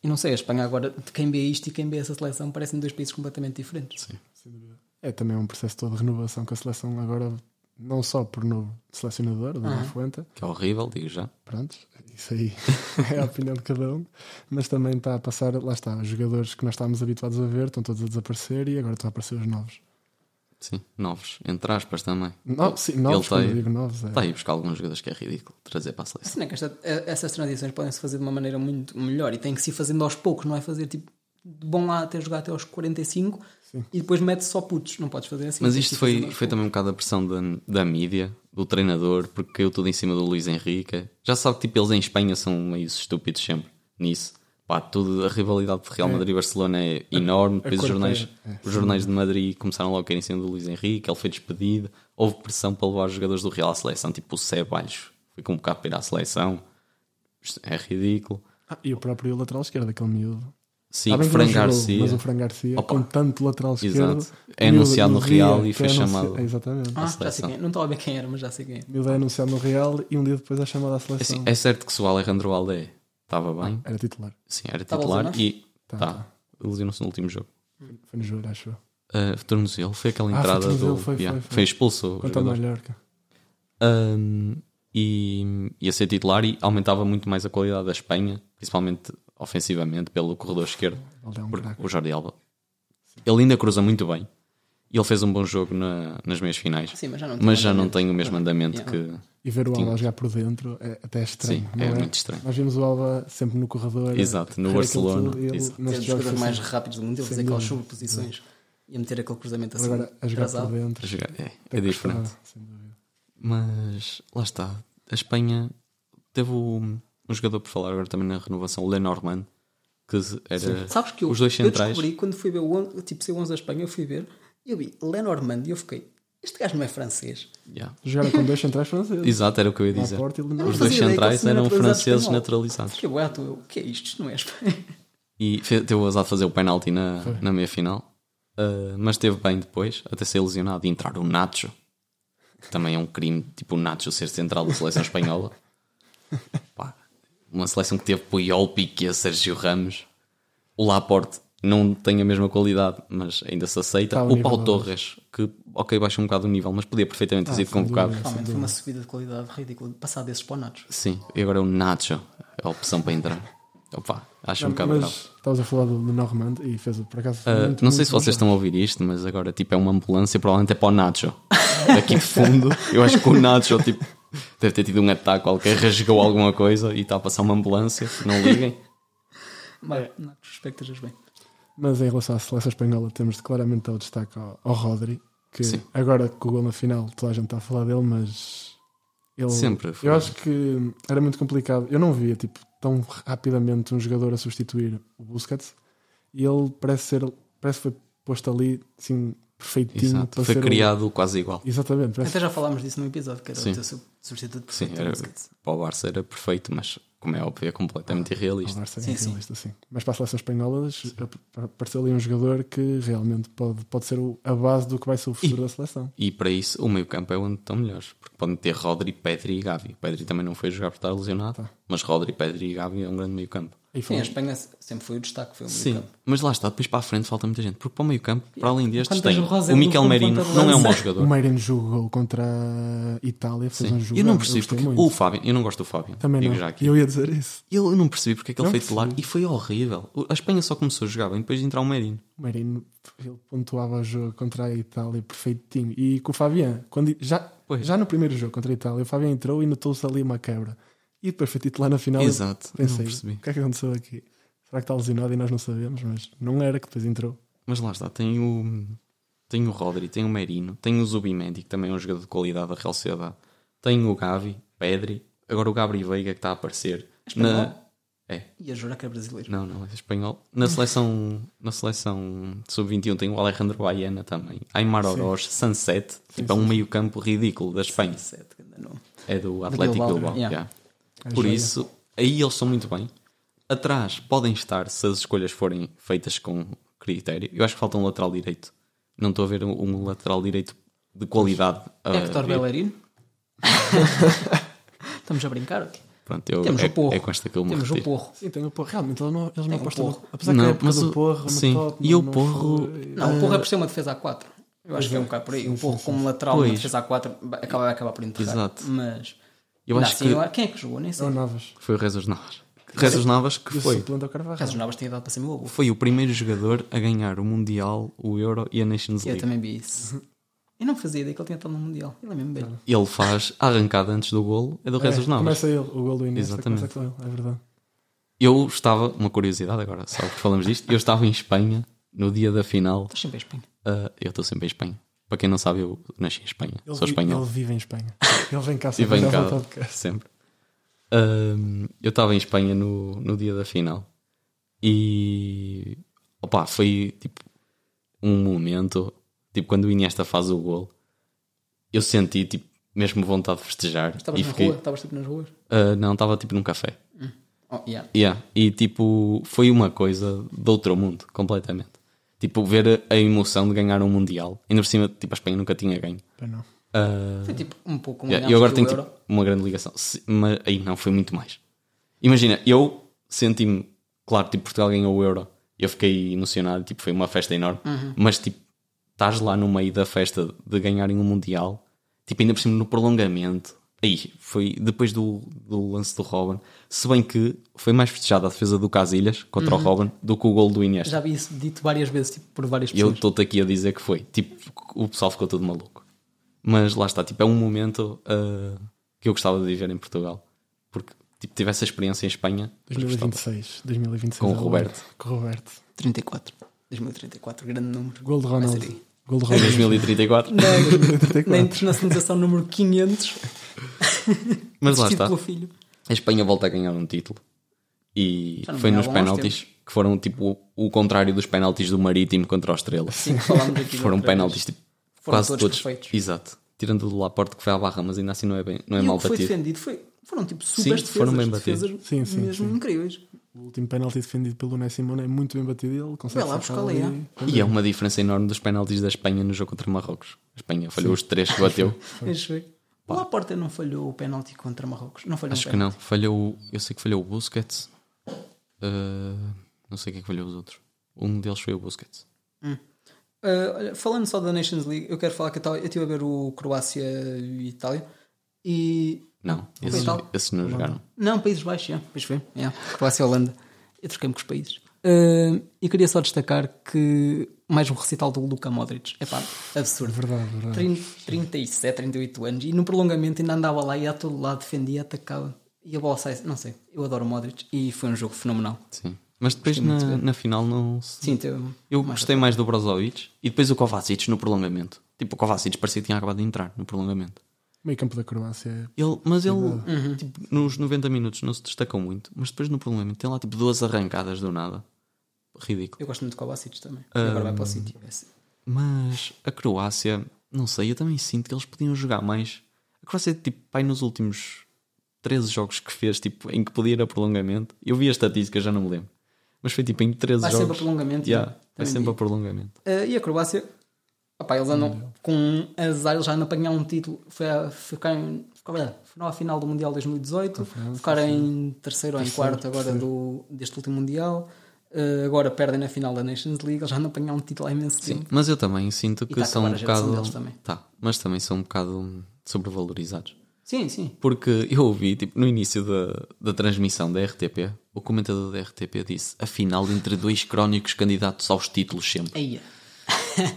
e não sei, a Espanha agora, quem vê isto e quem vê essa seleção, parecem dois países completamente diferentes. Sim. É também um processo todo de renovação que a seleção agora, não só por novo selecionador, o Daniel Fuente, Que é horrível, digo já. pronto, isso aí [LAUGHS] é a opinião de cada um, mas também está a passar, lá está, os jogadores que nós estávamos habituados a ver estão todos a desaparecer e agora estão a aparecer os novos. Sim, novos, entre aspas também. No, sim, novos, tá aí. quando eu digo novos, é. Está aí a buscar alguns jogadores que é ridículo trazer para a seleção. Assim é que esta- eh, essas transições podem se fazer de uma maneira muito melhor e tem que se ir fazendo aos poucos, não é fazer tipo de bom lá até jogar até aos 45 e depois mete só putos, não podes fazer assim. Mas tens isto que ir foi, fazendo aos foi também um bocado a pressão da, da mídia, do treinador, porque caiu tudo em cima do Luís Henrique. Já sabe que tipo, eles em Espanha são meio estúpidos sempre nisso. Pá, tudo, a rivalidade de Real Madrid e Barcelona é enorme. Depois os cor jornais, é- é, os jornais de Madrid começaram logo a cair em cima do Luís Henrique, ele foi despedido. Houve pressão para levar os jogadores do Real à seleção, tipo o Ceballos foi convocado para ir à seleção. Isto é ridículo. Ah, e o próprio lateral esquerdo, aquele miúdo. Sim, Há bem que não Fran jogou, Garcia. Mas o Fran Garcia, Opa. com tanto lateral esquerdo. Exato. É miúdo anunciado no dia Real e que foi é anunci- chamado. É, exatamente. poucos. Ah, já sei seleção. quem é. Não estava a ver quem era, mas já sei quem é. O miúdo é anunciado no Real e um dia depois é chamado à seleção. Assim, é certo que se o Alejandro Alde estava bem, Era titular. sim, era Estava titular lesionado? e tá, Tá, tá. lesionou-se no último jogo. Foi no joelho, acho eu. Uh, tornozelo, foi aquela Ah, foi entrada do. tornozelo, foi, foi, yeah, foi. expulso. o Quanto a jogador. Mallorca. Um, e ia ser titular e aumentava muito mais a qualidade da Espanha, principalmente ofensivamente, pelo corredor esquerdo. Alde é um Porque craque. o Jordi Alba. Ele ainda cruza muito bem e ele fez um bom jogo na- nas meias finais, Sim, mas já não tem mas já não andamento. tem o mesmo andamento Yeah. que. E ver o Alba jogar por dentro é até é estranho. Sim, não é muito estranho. Nós vimos o Alba sempre no corredor. Exato, no correr aquilo Barcelona, tudo, e ele exato. Ter nestes os jogos jogadores foi mais assim. rápidos do mundo, ele Sem fazer aquelas dúvida. subposições e meter aquele cruzamento assim. Agora, a jogar atrasado. por dentro. É, tem é que custar, diferente. sem dúvida. Mas lá está. A Espanha teve um, um jogador por falar agora também na renovação, o Lenormand, que era Sabes que eu, os dois eu centrais. descobri quando fui ver o on- tipo C11 da Espanha, eu fui ver, eu vi Lenormand e eu fiquei, este gajo não é francês. Yeah. Jogaram com dois centrais franceses. Exato, era o que eu ia dizer. Laporte e Lenormand. Os Eu não assim, fazia dois ideia que centrais eles eram eram naturalizados franceses espanhol. naturalizados. Que boato, eu, o que é isto? Isto não é Espanha. E fe- teve o azar de fazer o penalti na, na meia final. Ah, mas teve bem depois, até ser lesionado e entrar o Nacho. Que também é um crime, tipo o Nacho ser central da seleção [LAUGHS] espanhola. Pá, uma seleção que teve Puyol, Piqué, Sérgio Ramos. O Laporte não tem a mesma qualidade, mas ainda se aceita. Está Tá ao o nível Paulo deles. Torres, que ok, baixou um bocado o nível, mas podia perfeitamente ter sido sem convocado. dúvida. Realmente foi uma subida de qualidade ridícula. Passar desses para o Natos. Sim, e agora é o Nacho, é a opção para entrar. Opa, acho um bocado grave. Mas estavas a falar do Lenormand e fez por acaso. foi Uh, muito, não muito sei se bom vocês estão a ouvir isto, mas agora tipo, é uma ambulância, provavelmente é para o Nacho. Daqui de fundo, eu acho que o Nacho tipo, deve ter tido um ataque qualquer, rasgou alguma coisa e está a passar uma ambulância. Não [LAUGHS] liguem. [LAUGHS] É. Mas, não, respeitas bem. Mas em relação à seleção espanhola, temos de claramente dar o destaque ao, ao Rodri, que Sim. agora com o gol na final, toda a gente está a falar dele, mas. Ele, Sempre foi. Eu acho que era muito complicado. Eu não via tipo, tão rapidamente um jogador a substituir o Busquets e ele parece ser. Parece que foi posto ali, assim, perfeitinho. Exato. para Foi ser um- o- criado quase igual. Exatamente, parece Até já falámos disso no episódio, que era Sim. o teu sub- substituto Sim, perfeito. era, Busquets. para o Barça era perfeito, mas como é óbvio, é completamente irrealista. Ao Barça é Sim, realista, sim. Mas para a seleção espanhola ap- apareceu ali um jogador que realmente pode, pode ser o- a base do que vai ser o futuro da seleção. E para isso, o meio campo é onde estão melhores. Porque podem ter Tá. Rodri, Pedri e Gavi. Pedri também não foi jogar por estar lesionado, mas Rodri, Pedri e Gavi é um grande meio campo. E Sim, foi a Espanha sempre foi o destaque. Foi o meio Sim, campo. mas lá está, depois para a frente falta muita gente. Porque para o meio campo, para além destes, Quando tem tens o Rosendo o Miquel como Merino, ponta de não é um mau lança. o jogador. Meiren jogou contra a Itália, fez um Sim. jogo. Eu não percebo gostei porque muito. o Fábio, eu não gosto do Fábio. Também digo não. já aqui. Eu ia dizer isso. Eu, eu não percebi porque é que ele Não foi titular e foi horrível. O- A Espanha só começou a jogar bem depois de entrar o Merino. O Meiren ele pontuava o jogo contra a Itália perfeitinho. E com o Fabian, quando, já, Pois. já no primeiro jogo contra a Itália, o Fabian entrou e notou-se ali uma quebra. E depois foi titular na final. Exato, eu não Pensei, percebi. o que é que aconteceu aqui? Será que está lesionado e nós não sabemos? Mas não era que depois entrou. Mas lá está, tem o, tem o Rodri, tem o Merino, tem o Zubimendi, que também é um jogador de qualidade da Real Sociedade. Tem o Gavi, Pedri, agora o Gabri Veiga que está a aparecer. Na, Espanhol? é, E a jurar que é brasileiro. não, não, é espanhol. Na seleção, na seleção de sub-21 tem o Alejandro Baiana também, Aymar Oroz, Sunset, tipo, é um meio campo ridículo da Espanha. Sete, grande nome. É do Atlético Bilbao, Bilbao. yeah. yeah. Por joia. isso, aí eles são muito bem. Atrás podem estar se as escolhas forem feitas com critério. Eu acho que falta um lateral direito. Não estou a ver um, um lateral direito de qualidade. ah, a Hector ver. Bellerin. [LAUGHS] Estamos a brincar aqui. Pronto, eu, Temos é, o Porro. é com esta que eu me Temos o retiro. Porro. Sim, tem o Porro. Realmente, eles não, eles não o apostam. no- um Porro. Apesar que Não, a época mas do o- Porro, no sim. Tottenham, E o não Porro- foi- Não, o Porro é por ser uma defesa A4. Eu acho que é um bocado por aí. O Porro, como lateral, uma Pois. defesa A4, ba- acaba, vai acabar por enterrar. Exato. Mas. Eu Ainda acho assim, que- eu- Quem é que jogou? Nem É sei. o Navas. Foi o Rezas Navas. Rezas Navas que E o foi, suplente é o Carvajal. Rezos Novas tinha dado para ser meu avô. foi o primeiro jogador a ganhar o Mundial, o Euro e a Nations Eu League. também vi isso. [LAUGHS] Eu não fazia ideia que ele tinha estado no Mundial. Ele é mesmo bem. Ele faz a arrancada antes do golo, é do É, Rezas Navas. Começa ele, o gol do Iniesta começa Exatamente. com ele, é verdade. Eu estava, uma curiosidade agora, só que falamos disto, eu estava em Espanha no dia da final Estás sempre em Espanha. Uh, eu estou sempre em Espanha. Para quem não sabe, eu nasci em Espanha. Ele, Sou vi- espanhol. ele vive [LAUGHS] em Espanha. Ele vem cá E sempre venho gravar cá o podcast. sempre. Um, eu estava em Espanha no, no dia da final e opa, foi tipo um momento. Tipo, quando o Iniesta faz o gol, eu senti tipo, mesmo vontade de festejar. Estavas E na fiquei, rua? Estavas tipo nas ruas? uh, não, estava tipo num café. Oh, yeah. Yeah. E tipo, foi uma coisa de outro mundo, completamente. Tipo, ver a emoção de ganhar um Mundial. Ainda por cima, tipo, a Espanha nunca tinha ganho. Pois não. Ah, Foi tipo um pouco como yeah, ganhámos e agora com o tem Euro. tipo, uma grande ligação. Se- mas aí não, foi muito mais. Imagina, eu senti-me, claro, tipo, Portugal ganhou o Euro. Eu fiquei emocionado, tipo, foi uma festa enorme. Uhum. Mas tipo, estás lá no meio da festa de ganharem um Mundial, tipo, ainda por cima no prolongamento. Aí, foi depois do, do lance do Robin. Se bem que foi mais festejada a defesa do Casilhas contra Uhum. o Robin do que o gol do Iniesta. Já vi isso dito várias vezes tipo, por várias E eu pessoas. estou-te aqui a dizer que foi. Tipo, o pessoal ficou todo maluco. Mas lá está, tipo, é um momento ah, que eu gostava de viver em Portugal. Porque tipo, tive essa experiência em Espanha. mas gostava. 2026. 2026 Com o é Roberto. Com o Roberto. 34. 2034, grande número. Gol de Vai ser Ronaldo. aí. Gol de Em Ronaldo. [LAUGHS] 2034. Na, na internacionalização número [LAUGHS] 500, Mas lá assistido está. pelo filho. A Espanha volta a ganhar um título. E Já não foi nos ganhava há uns penaltis que foram tipo o, o contrário dos penaltis do Marítimo contra o Estrela. [LAUGHS] Sim, que falámos aqui. da Foram outra vez. penaltis tipo, Foram quase todos todos. perfeitos. Exato. Tirando o do Laporte que foi à barra, mas ainda assim não é, bem, não é E mal o que foi batido. defendido foi, foram tipo super Sim, defesas, foram bem batidos. defesas Sim, sim, mesmo incríveis. O último penalti defendido pelo Ney Simone é muito bem batido. e Ele consegue Vai lá sacá-lo buscar ali, e- E é uma diferença enorme dos penaltis da Espanha no jogo contra Marrocos. A Espanha falhou os três que bateu. Deixa eu ver. O Laporta não falhou o penalti contra Marrocos. Não falhou Acho um que penalti. não. Falhou. o- Eu sei que falhou o Busquets. Ah, não sei quem é que falhou os outros. Um deles foi o Busquets. Ah, olha, falando só da Nations League, eu quero falar que eu tava- eu estive a ver o Croácia e Itália e. Não, esses, Então, esses não jogaram. Não, Países Baixos, yeah, pois foi. Yeah. Croácia e Holanda. Eu troquei-me com os países. Ah, e queria só destacar que mais um recital do Luka Modric. É pá, absurdo. Verdade, verdade. 30, 37, 38 anos e no prolongamento ainda andava lá e a todo lado defendia, atacava e a bola sai. Não sei, eu adoro o Modric e foi um jogo fenomenal. Sim. Mas depois na, na final não se- Sim, teve- Eu gostei mais do Brozovic e depois o Kovacic no prolongamento. Tipo, o Kovacic parecia que tinha acabado de entrar no prolongamento. Meio campo da Croácia. Ele, mas ele, tipo, nos 90 minutos não se destacou muito, mas depois no prolongamento tem lá tipo duas arrancadas do nada. Ridículo. eu gosto muito de Kovacic também. E agora vai para o City. vai ser. Mas a Croácia, não sei, eu também sinto que eles podiam jogar mais. A Croácia, tipo, pai, nos últimos 13 jogos que fez, tipo, em que podia ir a prolongamento, eu vi a estatística, já não me lembro. Mas foi tipo em 13 Vai jogos. sempre a prolongamento, yeah. Yeah, vai Também sempre vi. a prolongamento. Ah, e a Eh, Croácia Opá, eles Hum. andam com um azar, eles já não apanharam um título, foi a, ficaram, ficaram, foram à é? final do Mundial 2018, ficaram em terceiro ou em quarto agora do, deste último Mundial, eh, agora perdem na final da Nations League, eles já não apanharam um título há imenso Sim, tempo. mas eu também sinto que tá a são um acabar a geração bocado. deles também. Tá, mas também são um bocado sobrevalorizados. Sim, sim. Porque eu ouvi, tipo, no início da, da transmissão da RTP, o comentador da RTP disse: a final entre dois crónicos candidatos aos títulos sempre. Aí,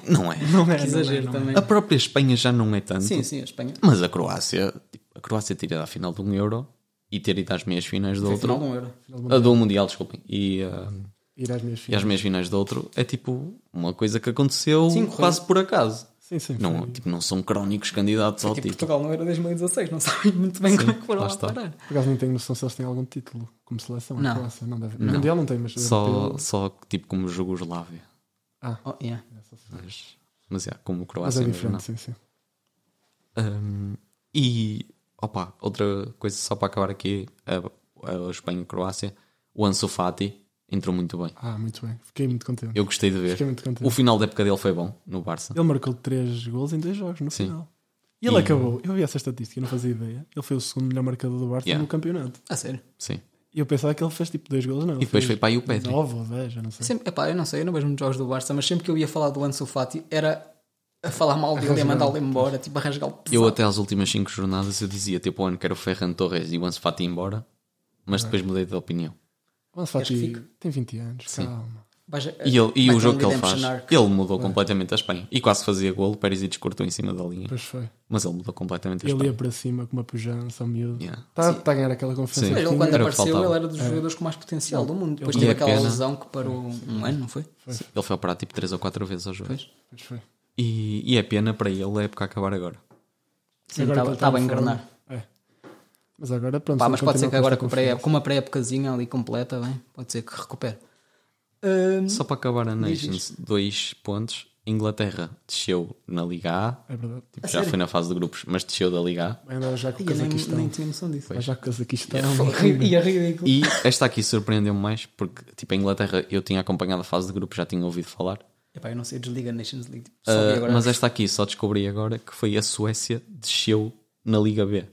Não é? que exagero também. A própria Espanha já não é tanto. Sim, sim, a Espanha. Mas a Croácia, tipo, a Croácia ter ido à final de um euro e ter ido às meias finais do Foi final de outro. um euro. A do Mundial, desculpem. E, ah, Ir às minhas e às filhas. meias finais do outro é tipo uma coisa que aconteceu Sim, correu. quase por acaso. Sim, sim. Não, tipo, não são crónicos candidatos ao Tipo, título. Portugal não era 2016, não [LAUGHS] sabem muito bem como é que foram lá lá está. parar. Por acaso não tenho noção se eles têm algum título como seleção. Não. Não. Croácia, não deve. Mundial não tem, mas. Só, só tipo como Jugoslávia. Oh, yeah. Mas, mas é, como Mas Croácia é mesmo, não. diferente, sim, sim. Hum, e, opa, outra coisa só para acabar aqui: a, a Espanha e Croácia. O Ansu Fati entrou muito bem. Ah, muito bem. Fiquei muito contente. Eu gostei de ver. Fiquei muito contente. O final da época dele foi bom no Barça. Ele marcou 3 gols em 2 jogos no Sim. final. E ele E- acabou. Eu vi essa estatística, eu não fazia ideia. Ele foi o segundo melhor marcador do Barça Yeah. no campeonato. A sério. Sim. E eu pensava que ele fez tipo 2 gols, não. E depois foi para aí o Pedri. 9 ou 10, eu não sei. Sempre, epá, eu não sei, eu não vejo muitos jogos do Barça, mas sempre que eu ia falar do Ansu Fati era a falar mal dele e a rasgar. mandá-lo embora, tipo a rasgar o Eu até às últimas 5 jornadas eu dizia tipo, ano quero o Ferran Torres e o Ansu Fati embora. É. Mas depois mudei de opinião. O Ansu Queres Fati que fique? tem 20 anos, É. calma. E, ele- e o um jogo que ele faz, ele mudou É. completamente a Espanha. E quase fazia golo, Perisic cortou em cima da linha. Pois foi. Mas ele mudou completamente a Ele ia Espanha. para cima com uma pujança, um miúdo. Yeah. Está a ganhar aquela confiança. Sim. que Mas ele, tinha. quando Era o que apareceu, faltava. ele era dos jogadores com mais potencial do mundo. Depois E teve a aquela pena- lesão que parou um ano, não foi? Ele foi operado tipo 3 ou 4 vezes ao jogo. Pois foi. E, e é pena para ele a época acabar agora. Sim, Agora que estava ele tá estava a em forma. engrenar. É. Mas agora, pronto. Pá, se mas ele pode ser continuar que agora esta com, é pré, com uma pré-épocazinha ali completa, bem, pode ser que recupere. Hum, Só para acabar a Nations, 2 pontos. Inglaterra desceu na Liga A. confiança- É verdade. Tipo, já foi na fase de grupos, mas desceu da Liga A. Vai andar É, já com o e eu nem, Cazaquistão. nem tinha noção disso. Vai já com o Cazaquistão. é um- [LAUGHS] E é ridículo. E esta aqui surpreendeu-me mais porque, tipo, a Inglaterra eu tinha acompanhado a fase de grupos, já tinha ouvido falar. Epá, eu não sei, desliga a Nations League. tipo, Só vi Ah, agora. mas esta aqui só descobri agora que foi a Suécia desceu na Liga B.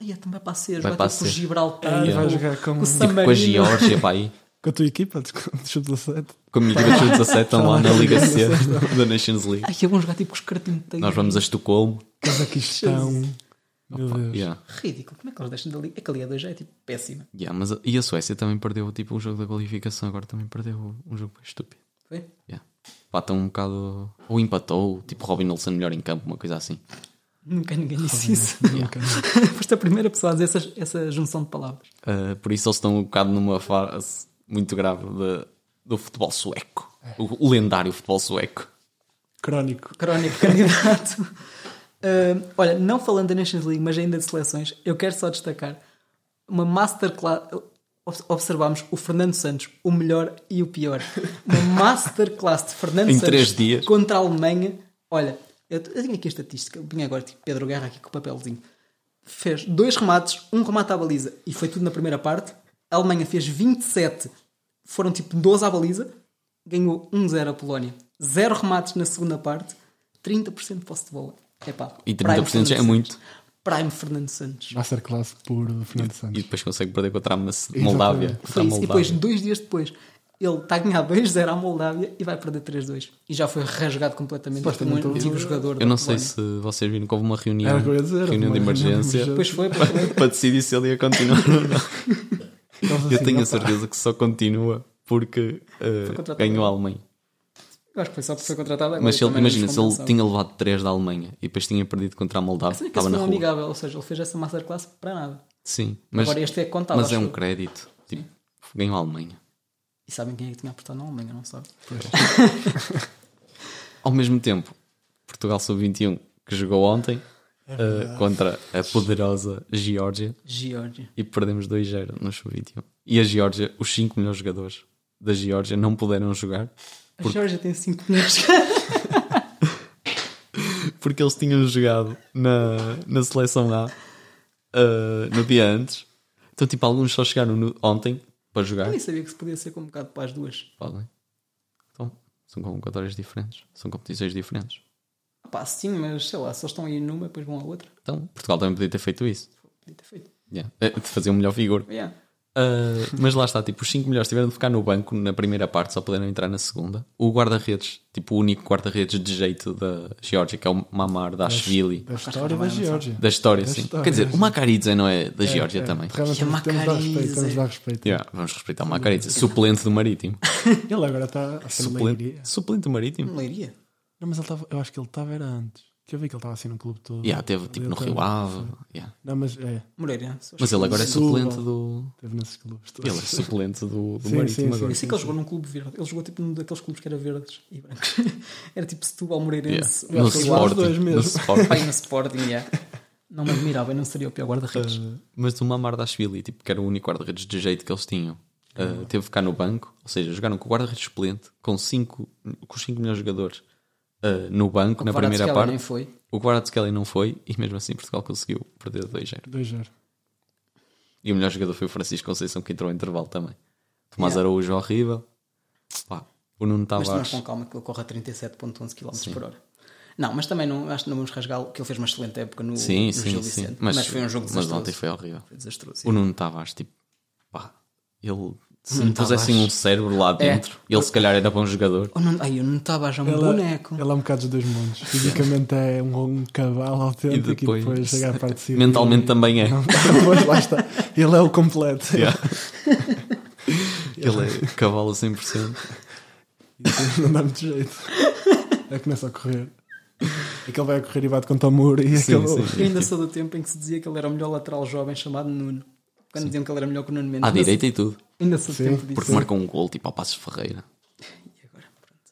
Ai, então vai para a Seres, Vai vai, para ter com o a Seres. Gibraltar, Ai, vai o- jogar com- o Tipo, San Com a Marino. Geórgia, pá, aí. Com a tua equipa, [LAUGHS] sub-17. Com a minha equipa de 17 estão lá na Liga C da Nations League. Ai, que é bom jogar tipo com os cartinteiros. Nós vamos a Estocolmo. Cazaquistão. Meu Deus. Yeah. Ridículo, como é que eles deixam da Liga? É que a Liga 2 já é tipo péssima. Yeah, mas a- e a Suécia também perdeu tipo, o jogo da qualificação, agora também perdeu um jogo bem estúpido. Foi? Yeah. Pá, estão um bocado. Ou empatou, tipo Robin Nelson melhor em campo, uma coisa assim. Nunca ninguém disse isso. Nunca. [LAUGHS] Foste a primeira pessoa a dizer essas- essa junção de palavras. Uh, por isso eles estão um bocado numa fase muito grave de- do futebol sueco. O, o lendário futebol sueco. Crónico. Crónico [LAUGHS] candidato. Hum, olha, não falando da Nations League, mas ainda de seleções, eu quero só destacar uma masterclass. obs- Observámos o Fernando Santos, o melhor e o pior. [LAUGHS] Uma masterclass de Fernando Em Santos três dias. contra a Alemanha. Olha, eu, eu tinha aqui a estatística, eu vim agora, tipo Pedro Guerra aqui com o papelzinho. Fez dois remates, um remate à baliza e foi tudo na primeira parte. A Alemanha fez 27, foram tipo 12 à baliza, ganhou 1-0 a Polónia. Zero remates na segunda parte, 30% de posse de bola. Epá, E Prime 30% já é Fernando muito. Santos. Prime Fernando Santos. Masterclass Tipo, puro do Fernando E Santos. depois consegue perder contra a Mas- Exatamente. Moldávia. Contra Foi a isso. E depois, Moldávia. dois dias depois, ele está a ganhar 2-0 à Moldávia e vai perder 3-2. E já foi rasgado completamente por um Supostamente o- antigo jogador. da Eu não sei Polónia. se vocês viram que houve uma reunião, Era o que eu ia dizer, reunião de uma reunião de emergência emergência. Pois foi, [LAUGHS] pois foi. para decidir se ele ia continuar ou não. Eles assim, Eu tenho a opa, certeza que só continua porque uh, contratado. ganhou a Alemanha. Eu acho que foi só por ser contratado. agora, Mas se ele- também não imagina, nos se ele compensava. tinha levado 3 da Alemanha e depois tinha perdido contra a Moldávia, Será que esse estava foi na um rua. amigável? Ou seja, ele fez essa masterclass para nada. Sim, mas, Agora este é contado, mas acho é um eu. crédito. Tipo, ganhou a Alemanha. E sabem quem é que tinha apertado na Alemanha? Não sabe. Ao mesmo tempo, Portugal sub-21, que jogou ontem eh, contra a poderosa Geórgia Geórgia. e perdemos 2-0 no sub-21. E a Geórgia, os 5 melhores jogadores da Geórgia não puderam jogar [LAUGHS] A Geórgia tem 5 milhões. porque eles tinham jogado na, na seleção A eh, no dia antes. Então, tipo, alguns só chegaram no- ontem para jogar. Eu [LAUGHS] nem sabia que se podia ser convocado para as duas. Podem. Então, são convocatórias diferentes, são competições diferentes. Ah, Pá, sim, mas sei lá, se eles estão aí numa, depois vão à outra. Então, Portugal também podia ter feito isso. Podia ter feito. Yeah. Eh, De fazer um melhor vigor. Yeah. Uh, mas lá está, tipo, os 5 melhores tiveram de ficar no banco na primeira parte, só puderam entrar na segunda. O guarda-redes, tipo, o único guarda-redes de jeito da Geórgia, que é o Mamar da Ashvili, Da história da Geórgia. da história, sim. história. Quer dizer, o Macaridze não é da Geórgia É, também. Realmente temos, temos de dar respeito. Temos de dar respeito. Yeah, vamos respeitar o Macaridze, suplente do Marítimo. Ele agora está a ser suplente, leiria. suplente do Hum. Marítimo? Leiria. Não, mas ele estava- eu acho que ele estava era antes. Que eu vi que ele estava assim no clube todo. Yeah, teve tipo Ele no tava- Rio Ave. yeah. Não, mas é, Moreira. Mas ele agora é Setúbal. suplente do. teve nesses clubes todos. Ele é suplente do, do Sim, Marítimo sim, agora. Eu sei que ele jogou num clube verde. Ele jogou tipo num daqueles clubes que era verdes e brancos. [LAUGHS] era tipo Setúbal Yeah. Moreirense. No acho que ele jogou os Sporting. dois No mesmo. Sporting. Pai no Sporting, yeah. Não me admirava, eu não seria o pior guarda-redes. Uh, mas o Mamardashvili, tipo, que era o único guarda-redes de jeito que eles tinham, Uhum. uh, teve que ficar no banco. Ou seja, jogaram com o guarda-redes suplente, com, cinco, com os 5 melhores jogadores uh, no banco, na primeira Kvaratskhelia parte. nem foi. O Guardatzkeli não foi, e mesmo assim Portugal conseguiu perder 2-0. 2-0. E o melhor jogador foi o Francisco Conceição, que entrou ao intervalo também. Tomás Yeah. Araújo, horrível. Pá, o Nuno Mas Tavares. temos com calma que ele corre a 37.11 km por hora. Não, mas também não, acho que não vamos rasgá-lo, que ele fez uma excelente época no, Sim, no sim, Gil sim. Vicente. Mas, foi um jogo Mas desastroso. ontem foi horrível. Foi desastroso. O Nuno Tavares, tipo, pá, ele. Se Nuno me pusessem Tavares. um cérebro lá dentro, ele se calhar era bom jogador. O Oh, Nuno- ai, eu não estava já um Ele, boneco. [LAUGHS] ele é um bocado dos dois mundos. Fisicamente é um, um cavalo autêntico e depois, depois- chega [LAUGHS] à parte de cima. Mentalmente também é. Mas lá está. Ele é o completo. [LAUGHS] Yeah. Ele é cavalo 100%. Isso [LAUGHS] não dá muito jeito. Aí começa a correr. É que ele vai a correr e bate contra o muro e Sim, acabou. sim. Eu ainda sou do tempo em que se dizia que ele era o melhor lateral jovem chamado Nuno. Quando diziam que ele era melhor que o Nuno Mendes. À Ainda direita e tudo. sou- Ainda sou do Sim. tempo disso. Porque marcou um gol tipo ao Passos Ferreira. E, agora?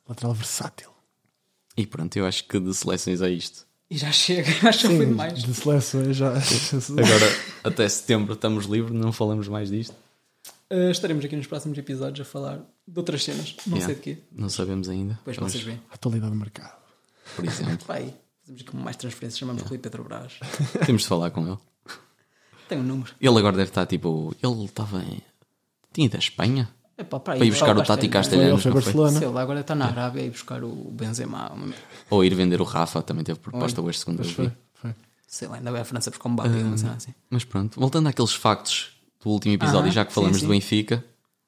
Lateral versátil. E pronto, eu acho que de seleções é isto. E já chega, [LAUGHS] eu acho que foi demais. De seleções já. Agora, até setembro estamos livres, não falamos mais disto. Uh, estaremos aqui nos próximos episódios a falar de outras cenas, não Yeah. sei de quê. Não sabemos ainda. Depois Vamos, vocês veem. Atualidade do mercado. Por exemplo, Vai, fazemos aqui mais transferências, chamamos Rui Pedro Brás. temos de falar com ele. Tem um número. Ele agora deve estar tipo. Ele estava em. Tinha ido à Espanha? É pá, para, aí, Para ir buscar ao o É, Tati É. Foi ele, Castelhanos. foi não foi? Barcelona. Sei lá, agora está na Arábia e buscar o Benzema. Ou ir vender o Rafa, também teve proposta hoje, segundo eu Mas vi. foi. Foi. Sei lá, ainda vai à França buscar um Mbappé, É. uma cena assim. Mas pronto, voltando àqueles factos do último episódio, Aham, já que sim, falamos sim. do Benfica,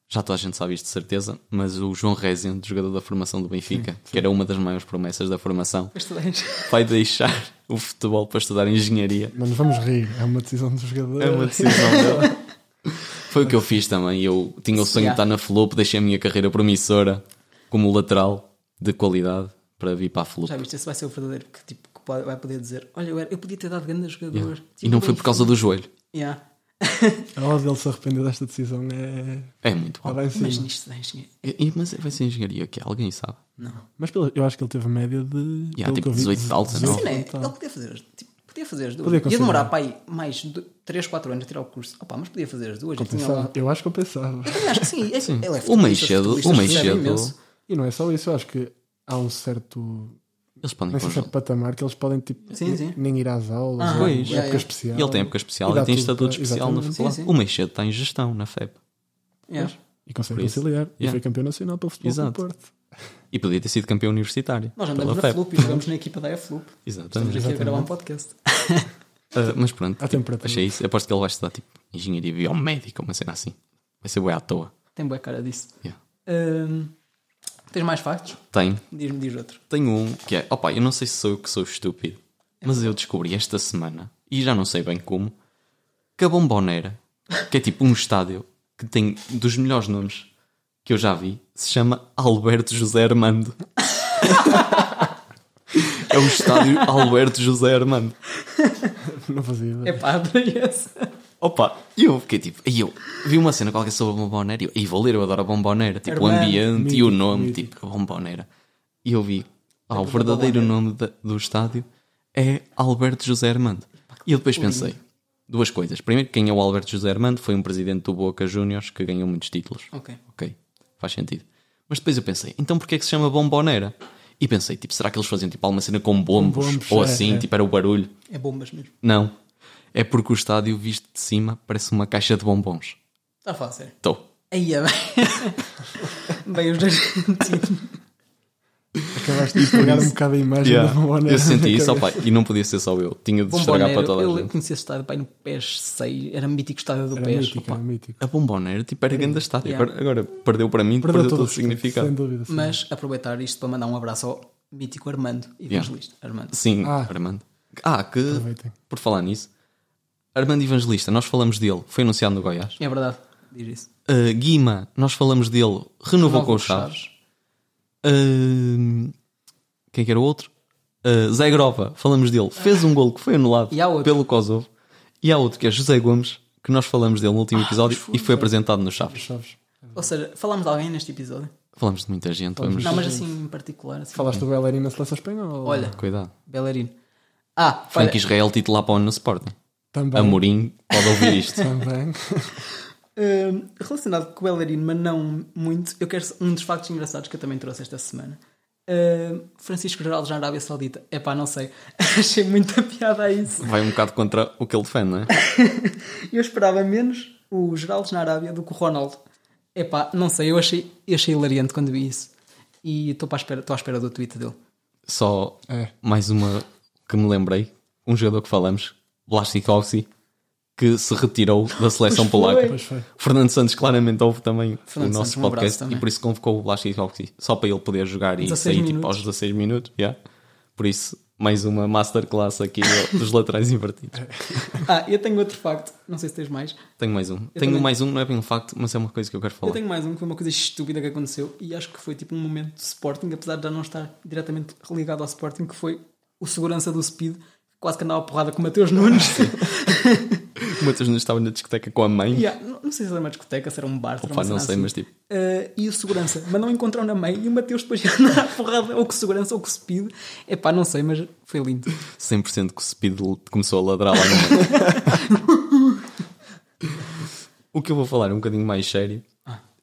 já toda a gente sabe isto de certeza, mas o João Rezende, jogador da formação do Benfica, que era uma das maiores promessas da formação, Mas toda a gente- vai deixar o futebol para estudar engenharia. Mas nos vamos rir. É uma decisão do jogador. É uma [LAUGHS] decisão dele. Foi o que eu fiz também. Eu tinha o sonho de Yeah. estar na Flup, deixei a minha carreira promissora como lateral de qualidade para vir para a [LAUGHS] Flup. Já viste, esse vai ser o verdadeiro que, tipo, que pode- vai poder dizer: Olha, eu, era- eu podia ter dado grande a jogador. Tive E não bem foi por causa do joelho. Yeah. A hora dele se arrepender desta decisão é. É muito Está alto. lá em cima. Oh, Mas nisto né, da engenharia. E- e- Mas vai ser engenharia que é alguém sabe. Mas pelo- eu acho que ele teve média de. Yeah, pelo tipo que eu vi, 18 de alta, não? Sim, né? Então. Ele podia fazer as, tipo, podia fazer as duas. Podia Ia considerar. demorar para aí mais 3, 4 anos a tirar o curso. Opa, mas podia fazer as duas. Eu tinha Pensava- lá- Eu acho que eu pensava. Eu acho que sim. é- Ele é O mais futebolista, cedo, futebolista o mais percebe cedo, imenso. E não é só isso, eu acho que há um certo. eles podem Nesse conjunto. é certo é patamar que eles podem tipo, Sim, sim. nem ir às aulas, Ah, ou pois, época yeah, yeah. especial. E ele tem época especial E dá e tem tudo estatuto para- especial na exatamente. futebol. Sim, sim. O Meixedo está em gestão na FEP. Yeah. E consegue Por isso. conciliar. E Yeah. foi campeão nacional pelo futebol Exato. do Porto. E podia ter sido campeão universitário. Nós pela andamos na FEP. Flup e jogamos na equipa da F-Loop. Estamos Exatamente. aqui a gravar um podcast. Ah, mas pronto, Há tempo para tipo, tudo. achei isso. Aposto que ele vai estudar tipo engenharia biomédica, uma cena assim. Vai ser bué à toa. Tem boa cara disso. Yeah. Hum, tens mais factos? Tenho, Diz-me, diz outro. tenho um que é. Opa, eu não sei se sou eu que sou estúpido, mas eu descobri esta semana, e já não sei bem como, que a Bombonera, que é tipo um estádio que tem dos melhores nomes que eu já vi, se chama Alberto José Armando. [LAUGHS] é o estádio Alberto José Armando. Não fazia É ideia. pá, [LAUGHS] adorei esse. Opa, e eu fiquei tipo, e eu vi uma cena qualquer sobre a bomboneira e eu, e vou ler, eu adoro a bomboneira, tipo o Hermano. ambiente e o nome, mítico. tipo a bomboneira. E eu vi, ah, o Tipo, verdadeiro nome da- do estádio é Alberto José Armando. E eu depois pensei, duas coisas. Primeiro, quem é o Alberto José Armando foi um presidente do Boca Juniors que ganhou muitos títulos. Ok. Ok, faz sentido. Mas depois eu pensei, então porquê é que se chama bomboneira? E pensei, tipo, será que eles faziam tipo alguma cena com bombos, bombos, ou é, assim, é. tipo era o barulho? É bombas mesmo. Não. É porque o estádio visto de cima parece uma caixa de bombons. Está a falar sério. Estou. [LAUGHS] Aí é bem. bem, os argentinos. [LAUGHS] Acabaste de estragar um bocado a imagem Yeah. do Boné. Eu senti isso, opa, e não podia ser só eu. Tinha de estragar para Bomboneiro, toda a eu gente. conheci esse estádio pai, no PES 6, era mítico estádio do Era PES. mítico, opa. era mítico. A bomboneira tipo, era grande estádio. Yeah. Agora, agora perdeu para mim, perdeu, todo o significado. Sem dúvida. sim. Mas aproveitar isto para mandar um abraço ao mítico Armando, evangelista. Armando. Sim, Ah. Armando. Ah, que Aproveitem. por falar nisso, Armando Evangelista, nós falamos dele, foi anunciado no Goiás. É verdade, diz isso. Uh, Guima, nós falamos dele, renovou com o Chaves. Uh, quem que era o outro? Uh, Zé Grova, falamos dele, fez um gol que foi anulado E há outro. pelo Kosovo. E há outro que é José Gomes, que nós falamos dele no Ah, último episódio e foi apresentado no Chaves. Chaves. Ou seja, falámos de alguém neste episódio? Falamos de muita gente, vamos. Não, mas assim em particular. Assim, Falaste do Bellerin na seleção espanhola? Olha, Cuidado. bailarino. Ah, olha, Frank Israel titular para o ano no Sporting. também. Amorim pode ouvir isto. Também. hum, relacionado com o bailarino, mas não muito, eu quero um dos factos engraçados que eu também trouxe esta semana. Hum, Francisco Geraldo na Arábia Saudita. Epá, não sei. [LAUGHS] Achei muita piada a isso. Vai um bocado contra o que ele defende, não é? Eu esperava menos o Geraldo na Arábia do que o Ronaldo. Epá, não sei, eu achei, eu achei hilariante quando vi isso. E estou para a espera- estou à espera do tweet dele. Só É. mais uma que me lembrei: um jogador que falamos, Blastikowski, que se retirou da seleção polaca. Pois foi. Fernando Santos claramente ouve também Fernando o nosso Santos, um abraço podcast também. e por isso convocou o Blastikowski, só para ele poder jogar e 16 sair tipo, minutos. aos 16 minutos. yeah. Por isso, mais uma masterclass [LAUGHS] aqui dos laterais invertidos. É. Ah, eu tenho outro facto, não sei se tens mais. Tenho mais um. Tenho também- mais um, não é bem um facto, mas é uma coisa que eu quero Eu falar. tenho mais um que foi uma coisa estúpida que aconteceu e acho que foi tipo um momento de Sporting, apesar de já não estar diretamente ligado ao Sporting, que foi o segurança do Speed, que quase que andava a porrada com o Mateus [LAUGHS] Nunes. O Matheus Nunes estava na discoteca com a mãe. E, ah, não, não sei se era uma discoteca, se era um bar, se era Opa, uma não cena sei, assim. mas tipo. Ah, e o segurança, mas não encontrou na meia e o Mateus depois [LAUGHS] andava a porrada ou com o segurança ou com o Speed. Epá, não sei, mas foi lindo. 100% que o Speed l- começou a ladrar lá no meio. O que eu vou falar é um bocadinho mais sério.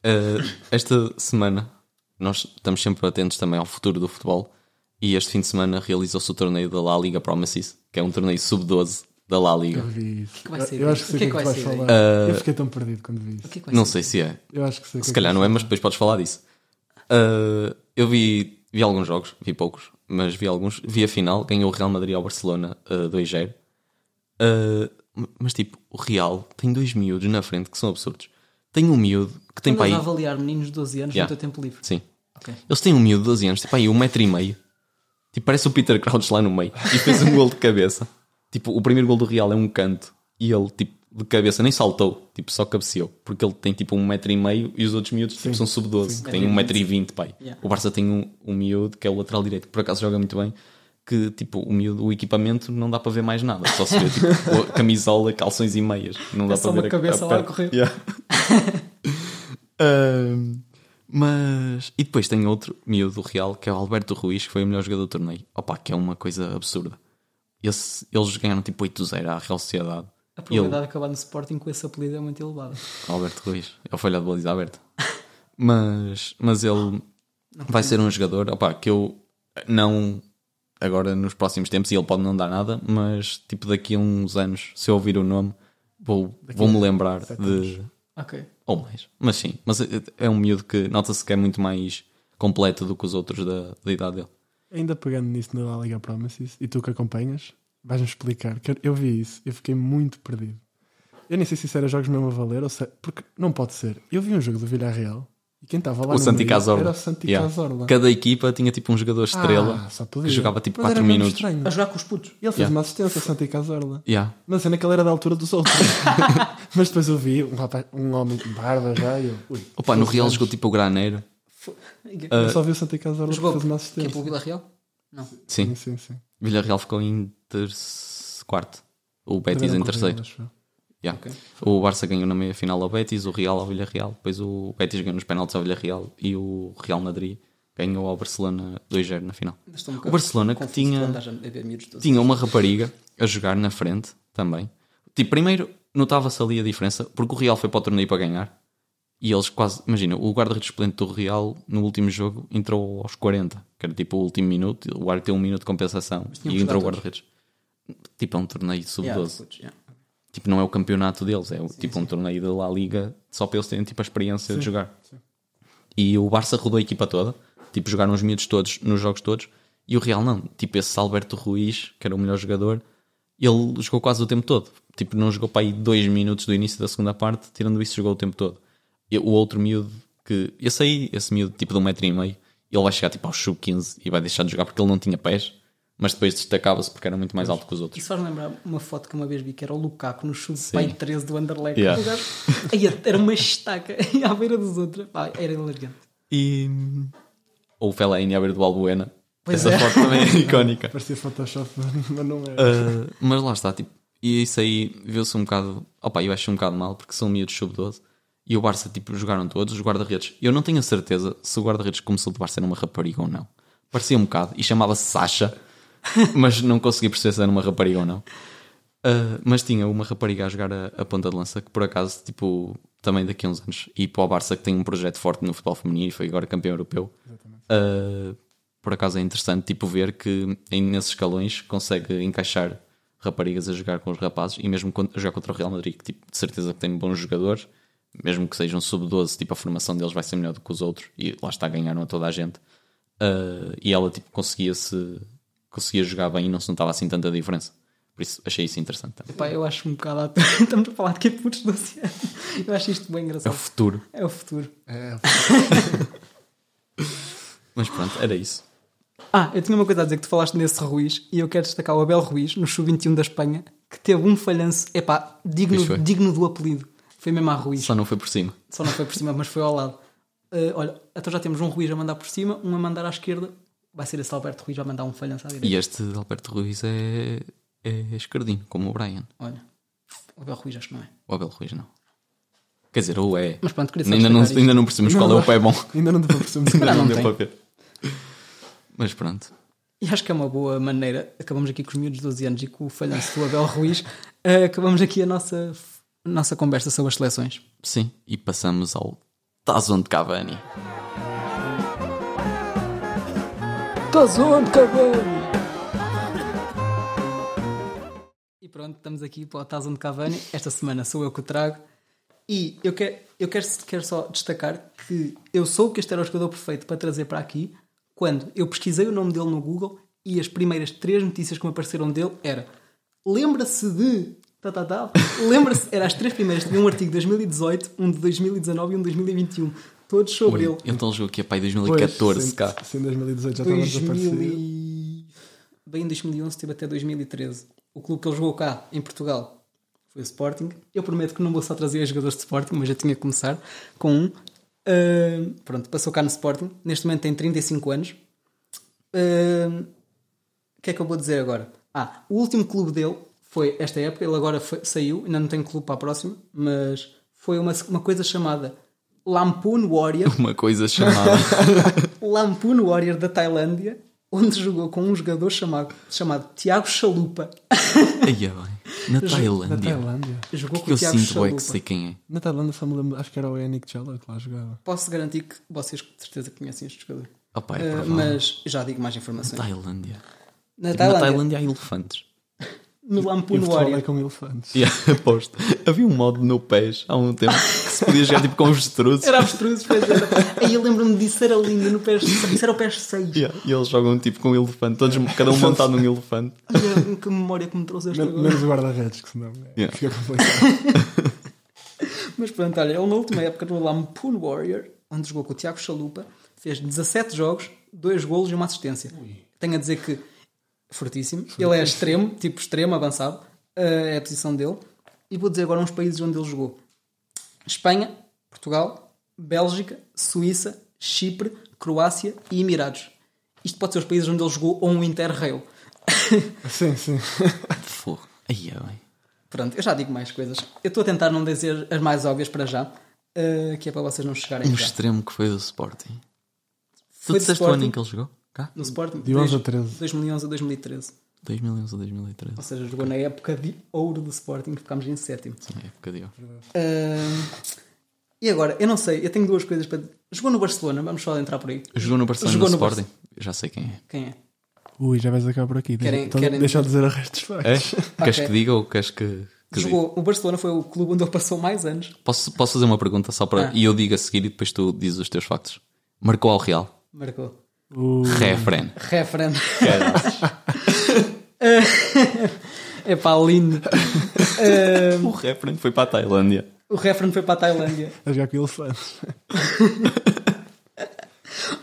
Eh, esta semana, nós estamos sempre atentos também ao futuro do futebol. E este fim de semana realizou-se o torneio da La Liga Promises, que é um torneio sub-12 da La Liga. Eu vi isso. que vai ser eu acho que daí? sei o que é que tu vais vai ser falar. Eu fiquei tão perdido quando vi isso. O que é que vai Não ser? sei se é. Eu acho que sei o que Se é calhar que não é, mas depois podes falar disso. Ah, eu vi, vi alguns jogos, vi poucos, mas vi alguns. Vi a final, ganhou o Real Madrid ao Barcelona ah, 2-0. Ah, mas tipo, o Real tem dois miúdos na frente que são absurdos. Tem um miúdo que tem Andas para aí. a avaliar meninos de 12 anos Yeah. no teu tempo livre. Sim. Ok. Eles têm um miúdo de 12 anos, tipo aí um metro e meio. Tipo, parece o Peter Crouch lá no meio. E fez um gol de cabeça. Tipo, o primeiro gol do Real é um canto. E ele, tipo, de cabeça, nem saltou. Tipo, só cabeceou. Porque ele tem, tipo, um metro e meio. E os outros miúdos, tipo, são sub-12. Que têm um metro e vinte, pai. Yeah. O Barça tem um, um miúdo, que é o lateral direito. Que por acaso joga muito bem. Que, tipo, o miúdo, o equipamento, não dá para ver mais nada. Só se vê, tipo, [LAUGHS] a camisola, calções e meias. Não dá É só para ver uma a- cabeça a lá a perna. correr. Yeah. [LAUGHS] Ahm, mas. E depois tem outro miúdo do Real, que é o Alberto Ruiz, que foi o melhor jogador do torneio. Opa, que é uma coisa absurda. Esse- eles ganharam tipo 8-0 à Real Sociedade. A E ele, probabilidade de acabar no Sporting com esse apelido é muito elevada. Alberto Ruiz, é o falhado de baliza aberta. Mas, mas ele vai ser um jogador opa, que eu não. Agora nos próximos tempos, e ele pode não dar nada, mas tipo daqui a uns anos, se eu ouvir o nome, vou- vou-me lembrar de, Ok. ou mais, mas sim. Mas é- é um miúdo que nota-se que é muito mais completo do que os outros da, da idade dele. Ainda pegando nisso na La Liga Promises, e tu que acompanhas, vais-me explicar. que eu- Eu vi isso, eu fiquei muito perdido. Eu nem sei se isso era jogos mesmo a valer, ou se, é, porque não pode ser. Eu vi um jogo do Villarreal e quem estava lá O no Santi meio Cazorla. era o Santi Yeah. Cazorla. Cada equipa tinha tipo um jogador estrela Ah, só podia. que jogava tipo Mas era 4 mesmo minutos. estranho. A jogar com os putos. Ele fez Yeah. uma assistência, Santi Cazorla. Yeah. Mas a cena é que ele era da altura dos outros. [LAUGHS] Mas depois eu vi um, rapaz, um homem de barba já e eu. Ui, Opa, no Real jogou tipo o Graneiro. [LAUGHS] Ah, eu só vi o Santi Cazorla que Jogou fez uma que é assistência. pelo Vila Real? Não. Sim. Sim, sim, sim. Villarreal ficou em terce- quarto. O Betis em terceiro. Yeah. O Barça ganhou na meia-final ao Betis, o Real ao Villarreal. Depois o Betis ganhou nos penaltis ao Villarreal e o Real Madrid ganhou ao Barcelona 2-0 na final. Mas estou um O bocado Barcelona que confuso tinha... quando andas a ver miúdos todos. tinha uma rapariga a jogar na frente também. Tipo, primeiro notava-se ali a diferença, porque o Real foi para o torneio para ganhar. E eles quase, imagina, o guarda-redes suplente do Real no último jogo entrou aos 40, que era tipo o último minuto, o árbitro tem um minuto de compensação tinham e que entrou o jogar guarda-redes. Tipo, é um torneio Yeah, sub-12. putos, yeah. Tipo, não é o campeonato deles, é tipo um torneio da La Liga só para eles terem tipo a experiência de jogar. E o Barça rodou a equipa toda, Tipo, jogaram os miúdos todos, nos jogos todos, e o Real não. Tipo, esse Alberto Ruiz, que era o melhor jogador, ele jogou quase o tempo todo. Tipo, não jogou para aí dois minutos do início da segunda parte, tirando isso, jogou o tempo todo. E o outro miúdo, que. Esse aí, esse miúdo, tipo de um metro e meio, ele vai chegar tipo ao sub-15 e vai deixar de jogar porque ele não tinha pés, mas depois destacava-se porque era muito mais alto que os outros. Isso faz lembrar uma foto que uma vez vi que era o Lukaku no chute Sim. pai 13 do Anderlecht. Yeah. O gajo- Ai, Era uma estaca [LAUGHS] e à beira dos outros. Pá, era elegante. E. Ou o Fellaini à beira do Albuena. Pois Essa é. Ah, foto também é [LAUGHS] icónica. Parecia Photoshop, [LAUGHS] mas não é. Uh, mas lá está, tipo, e isso aí viu-se um bocado. Opa, eu acho um bocado mal porque são miúdos sub-12 e o Barça, tipo, jogaram todos os guarda-redes. Eu não tenho a certeza se o guarda-redes que começou do Barça era uma rapariga ou não. Parecia um bocado e [LAUGHS] chamava-se Sasha, mas não consegui perceber se era uma rapariga ou não. Uh, mas tinha uma rapariga a jogar a, a ponta de lança que por acaso, tipo, também daqui a uns anos, e para o Barça que tem um projeto forte no futebol feminino e foi agora campeão europeu, uh, por acaso é interessante, tipo, ver que em, nesses escalões consegue encaixar raparigas a jogar com os rapazes e mesmo con- a jogar contra o Real Madrid, que tipo, de certeza que tem bons jogadores, mesmo que sejam sub-12, tipo, a formação deles vai ser melhor do que os outros e lá está, ganharam a toda a gente. Uh, e ela, tipo, conseguia-se conseguia jogar bem e não se notava assim tanta diferença. Por isso, achei isso interessante também. Pá, eu acho um bocado. à toa. [LAUGHS] Estamos a falar de que é de putos de 12 anos. Eu acho isto bem É o engraçado. futuro. É o futuro. É, Mas pronto, era isso. Ah, eu tinha uma coisa a dizer que tu falaste nesse Ruiz e eu quero destacar o Abel Ruiz no Sub-21 da Espanha que teve um falhanço, epá, Pois digno, foi. digno do apelido. Foi mesmo a Ruiz. Só não foi por cima. Só não foi por cima, mas foi ao lado. Eh, olha, então já temos um Ruiz a mandar por cima, um a mandar à esquerda. Vai ser esse Alberto Ruiz a mandar um falhanço à direita. E este Alberto Ruiz é, é esquerdinho, como o Brian. Olha, o Abel Ruiz acho que não é. O Abel Ruiz não. Quer dizer, ou é. Mas pronto, queria só ainda, não, destacar isto. ainda não percebemos qual é o pé bom. ainda não deu para perceber. [LAUGHS] muito calhar bem. não deu tem. para ver. Mas pronto. E acho que é uma boa maneira. Acabamos aqui com os miúdos de 12 anos e com o falhanço do Abel Ruiz. eh, acabamos aqui a nossa, a nossa conversa sobre as seleções. Sim, e passamos ao Tazon de Cavani. Estás onde, Cavani? E pronto, estamos aqui para o Tazão de Cavani. Esta semana sou eu que o trago. E eu, quero, eu quero, quero só destacar que eu sou que este era o jogador perfeito para trazer para aqui quando eu pesquisei o nome dele no Google e as primeiras três notícias que me apareceram dele era lembra-se de... Tá, tá, tá. Lembra-se, eram as três primeiras. Tinha um artigo de 2018, um de 2019 e um de 2021. Todos sobre ele. Então ele jogou aqui a pai Pois, 2014, sim, cá. Sim, 2018 já estava 2000 desaparecido. e... Bem, em 2011 teve até 2013. O clube que ele jogou cá, em Portugal, foi o Sporting. Eu prometo que não vou só trazer jogadores de Sporting, mas já tinha que começar com um. Ahm, pronto, passou cá no Sporting. Neste momento tem 35 anos. Ahm, o que é que eu vou dizer agora? Ah, o último clube dele foi esta época, ele agora foi- saiu, ainda não tem clube para a próxima, mas foi uma, uma coisa chamada Lampoon Warrior. Uma [LAUGHS] coisa chamada. Lampoon Warrior da Tailândia, onde jogou com um jogador chamado, chamado Tiago [LAUGHS] Chalupa. Aí é bem. Na Na Tailândia. Tailândia. jogou O com que eu o Tiago sinto é Chalupa. que sei quem é. Na Tailândia só me lembro, acho que era o Yannick Jella que lá jogava. Posso garantir que vocês com certeza conhecem este jogador. Ah, pá, é Eh, provável. mas já digo mais informações. Tailândia. Na Tipo, Na Tailândia, Tailândia há elefantes. [LAUGHS] no E o Lampoon futebol é Warrior. com elefantes. Yeah, aposto. Havia um modo no PES há um tempo que se podia jogar tipo com [LAUGHS] os estruzes Era abstruso, pois era. Aí eu lembro-me disso, era lindo, no PES, isso era o PES [LAUGHS] 6. Yeah, e eles jogam tipo com um elefante, todos, cada um montado [LAUGHS] num elefante. Olha, é, que memória que me trouxeste Men- agora. Menos o guarda-redes, que senão é, Yeah. fica complicado. [LAUGHS] Mas pronto, olha, ele na última época no Lampoon Warrior, onde jogou com o Tiago Chalupa, fez 17 jogos, 2 golos e uma assistência. Tenho a dizer que fortíssimo. Ele é extremo, tipo extremo, avançado, eh, é a posição dele. E vou dizer agora uns países onde ele jogou: Espanha, Portugal, Bélgica, Suíça, Chipre, Croácia e Emirados. Isto pode ser os países onde ele jogou ou um Interrail. sim, sim. Fogo. Aí é bem. Pronto, eu já digo mais coisas. Eu estou a tentar não dizer as mais óbvias para já, eh, que é para vocês não chegarem Um já. extremo que foi do Sporting. do tu disseste o Sporting. ano em que ele jogou? Cá? No Sporting? De 11 desde a 13. 2011 a 2013. 2011 ou Ou 2013. seja, jogou na época de ouro do Sporting, que ficámos em sétimo. Na época de ouro. Ah, e agora, eu não sei, eu tenho duas coisas para. Jogou no Barcelona, vamos só entrar por aí. Jogou no Barcelona Jogou no no Bar- Sporting? Já sei quem é. Quem é? Ui, já vais acabar por aqui. Querem- então, querem- Deixa eu dizer o resto dos factos. É? Queres que diga ou queres que, que diga? jogou. O Barcelona foi o clube onde ele passou mais anos. Posso, posso fazer uma pergunta só para. Ah. E eu digo a seguir e depois tu dizes os teus factos. Marcou ao Real. Marcou. O... [LAUGHS] Refren. Refren. É pá, lindo. Eh, o refren foi para a Tailândia. o Refren foi para a Tailândia. É? A jogar com elefantes.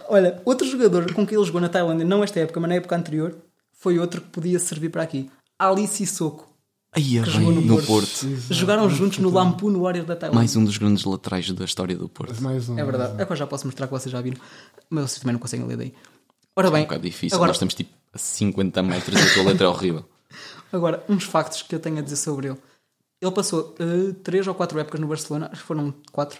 Olha, outro jogador com quem ele jogou na Tailândia, não esta época, mas na época anterior, foi outro que podia servir para aqui. Ali Sissoko. Aí é jogou bem, no no Porto. Porto. Jogaram juntos no Lampoon Warrior da Tailândia. Mais um dos grandes laterais da história do Porto. Mais um. É verdade. É que eu já posso mostrar que vocês já viram. Mas vocês também não conseguem ler daí. Ora bem, É um bocado difícil. Agora, Nós estamos tipo a 50 metros e a tua letra é horrível. [LAUGHS] agora, uns factos que eu tenho a dizer sobre ele. Ele passou 3 ou 4 épocas no Barcelona, acho que foram 4.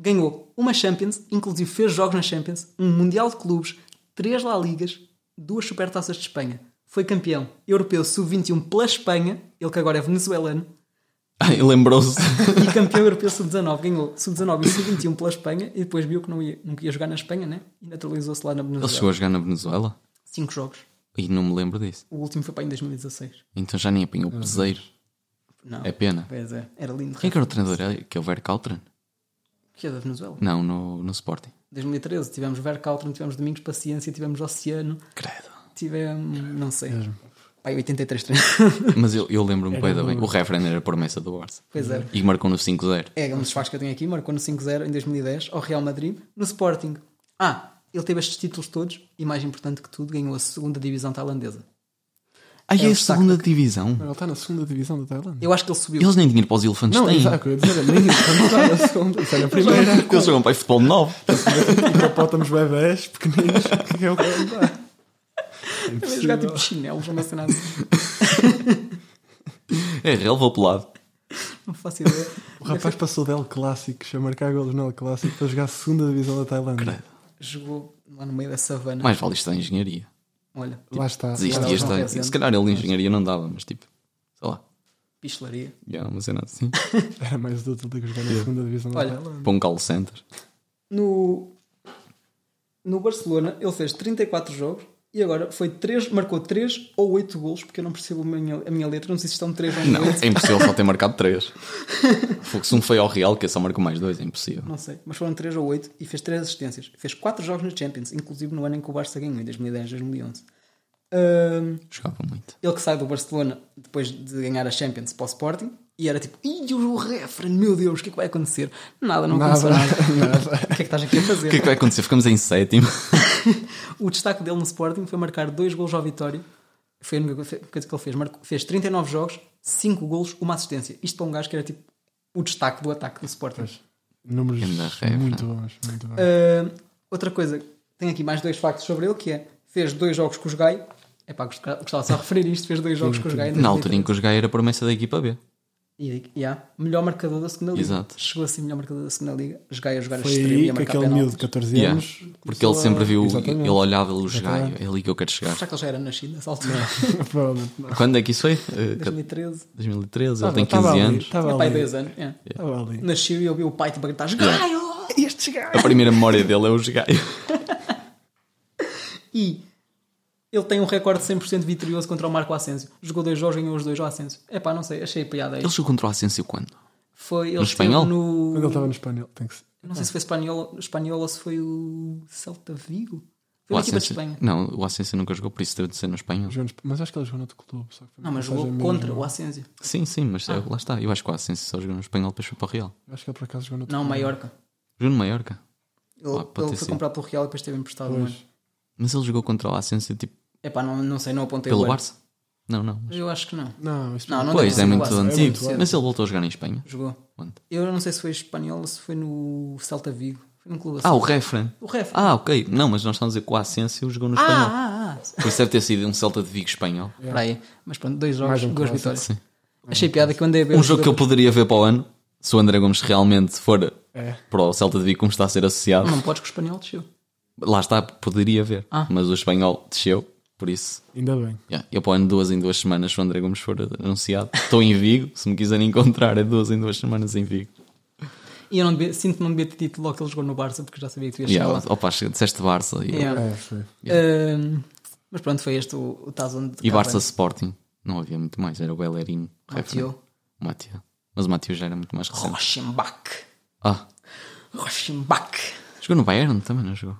Ganhou uma Champions, inclusive fez jogos na Champions, um Mundial de Clubes, 3 La Ligas, duas Supertaças de Espanha. Foi campeão europeu sub-21 pela Espanha, ele que agora é venezuelano, Ai, lembrou-se. e campeão europeu sub-19. Ganhou sub-19 e sub-21 pela Espanha e depois viu que não ia, nunca ia jogar na Espanha, né? E naturalizou-se lá na Ele chegou Venezuela. a jogar na Venezuela? 5 jogos. E não me lembro disso. O último foi para em 2016. Então já nem apanhou o peseiro. Não. É pena. Pois é, era lindo. Quem é que era o treinador? Que é o Verkaltren? Que é da Venezuela. Não, no, no Sporting. 2013 tivemos Verkaltron, tivemos Domingos Paciência, tivemos Oceano, Credo. tivemos. não sei. Pai, 83 3 Mas eu, eu lembro-me bem, da bem. O Refren era a promessa do Barça. [LAUGHS] Pois é. E marcou no 5-0. É um dos fatos que eu tenho aqui, marcou no 5-0 em 2010 ao Real Madrid, no Sporting. Ah, ele teve estes títulos todos e, mais importante que tudo, ganhou a segunda divisão tailandesa. Ah, e É é o a segunda divisão? Ele está na segunda divisão da Tailândia. Eu acho que ele subiu. Eles nem dinheiro para os elefantes Não, têm. exato. Eu ia dizer, nem [LAUGHS] isso. Ele está na segunda. Está na primeira. Eles jogam para futebol 9. Hipopótamos bebés, pequeninos. Que é o que ele dá. É Vai jogar tipo impossível. de chinelos, uma cena assim. É relva pelado. Não faço ideia. O é rapaz passou del clássico, a marcar golos no El clássico para jogar a segunda divisão da Tailândia. Jogou lá no meio da savana. Mais vale isto da engenharia. Olha, tipo Lá está. Desiste Lá eles este não ano. pensam. Se calhar ele em engenharia não dava, mas tipo, sei lá, pichelaria. já uma cena assim. Era mais útil do que jogar na segunda divisão da Olha. Tailândia. Para um call center. no, no Barcelona ele fez 34 jogos e agora foi 3, marcou 3 ou 8 golos, porque eu não percebo a minha, a minha letra, não sei se estão 3 ou Não, 8, é impossível só ter marcado 3. Fogo, se um foi ao Real, que só marcou mais 2, é impossível. não sei, mas foram 3 ou 8 e fez 3 assistências. Fez 4 jogos na Champions, inclusive no ano em que o Barça ganhou, em 2010, 2011. Ahm, Jogava muito. ele que sai do Barcelona depois de ganhar a Champions para o Sporting e era tipo, ih, o refren, meu Deus, o que é que vai acontecer? Nada, não Nada, aconteceu nada. nada. [LAUGHS] O que é que estás aqui a fazer? O que é que vai acontecer? Ficamos em sétimo. O destaque dele no Sporting foi marcar dois gols ao Vitória. Foi a única coisa que ele fez. Marcou, fez 39 jogos, 5 golos, uma assistência. Isto para um gajo que era tipo o destaque do ataque do Sporting. Números Ganda é? regra. muito bons, muito bons. Ah, outra coisa, tenho aqui mais dois factos sobre ele, que é fez dois jogos com os Gai. É pá, gostava gostava só de referir isto, fez dois jogos com os Gai. em Na altura 2013. em que os Gaia era a promessa da equipa B. E, e há, melhor marcador da segunda liga. Exato. Chegou assim melhor marcador da segunda liga. Os Gai a jogar a Foi extremo e aí a que marcar aquele miúdo de penaltis. 14 Yeah. anos. Porque ele começou a- sempre viu, Exatamente. ele olhava os Gaia, Exatamente. é ali que eu quero chegar. Será que ele já era nascido nessa altura? [LAUGHS] Provavelmente não. Quando é que isso foi? Eh, 2013. 2013, ele Estava- tem estava 15 ali, anos. Estava Meu pai, ali. 10 anos. é. Estava ali. Nasceu e ouviu o pai tipo a gritar: Gai! oh, Estes gajos! A primeira memória dele é os Gaia. E ele tem um recorde 100% vitorioso contra o Marco Asensio. Jogou dois jogos, ganhou os dois ao Asensio. Epá, não sei, achei piada aí. Ele jogou contra o Asensio quando? Foi, ele No esteve espanhol? no- Quando ele estava no espanhol, tem que ser. Não sei se foi espanhol, espanhol ou se foi o Celta Vigo. Foi O uma equipa de Asensio, Espanha. não, o Asensio nunca jogou, por isso teve de ser no espanhol. Jogou no esp- Mas acho que ele jogou noutro clube. Só que foi Não, mas uma jogou passagem contra o mínima. Asensio. Sim, sim, mas eh, lá está. Eu acho que o Asensio só jogou no espanhol, depois foi para o Real. Acho que ele por acaso jogou noutro Não, clube. Maiorca. Jogou no Maiorca. Ele, Ah, pode ele ter foi sido. comprado pelo Real e depois esteve emprestado. um ano. Pois. Mas ele jogou contra o Asensio tipo, Epá, não, não sei, não apontei o pelo ano. Barça? É Não, não. Eu acho que não. Não, isso Não, não deve Pois, ser é no muito Barça, Ah, é antigo. muito cedo. mas ele voltou a jogar em Espanha. Jogou. Quando? Eu não sei se foi espanhol ou se foi no Celta Vigo. Foi num clube assim. Ah, o Refren. o ref. Ah, ok. Não, mas nós estamos a dizer que o Asensio jogou no espanhol. ah, É ah, ah. Por isso deve ter sido um Celta de Vigo espanhol. Para aí. Mas pronto, dois Mais jogos, um duas clássico. vitórias. Sim. Achei piada que eu andei a ver. Um jogo que eu poderia ver para o ano, se o André Gomes realmente for É. para o Celta de Vigo, como está a ser associado. Não podes que o espanhol desceu. Lá está, poderia ver. Ah. Mas o espanhol desceu, por isso. um- Ainda bem. yeah, Eu para o ano, duas em duas semanas, se o André Gomes for anunciado. Estou em Vigo, se me quiserem encontrar, é duas em duas semanas em Vigo. E eu não devia- sinto que não devia ter dito logo que ele jogou no Barça, porque já sabia que tu ias chegar Yeah, lá. opa, che- disseste Barça e, Yeah. É, foi. Ahm, mas pronto, foi este o, o Tazon de e Barça Sporting. Não havia muito mais, era o Bellerin. Mathieu. O Mathieu. Mas o Mathieu já era muito mais recente. Rochenbach. Ah, Rochenbach. jogou no Bayern também, não jogou?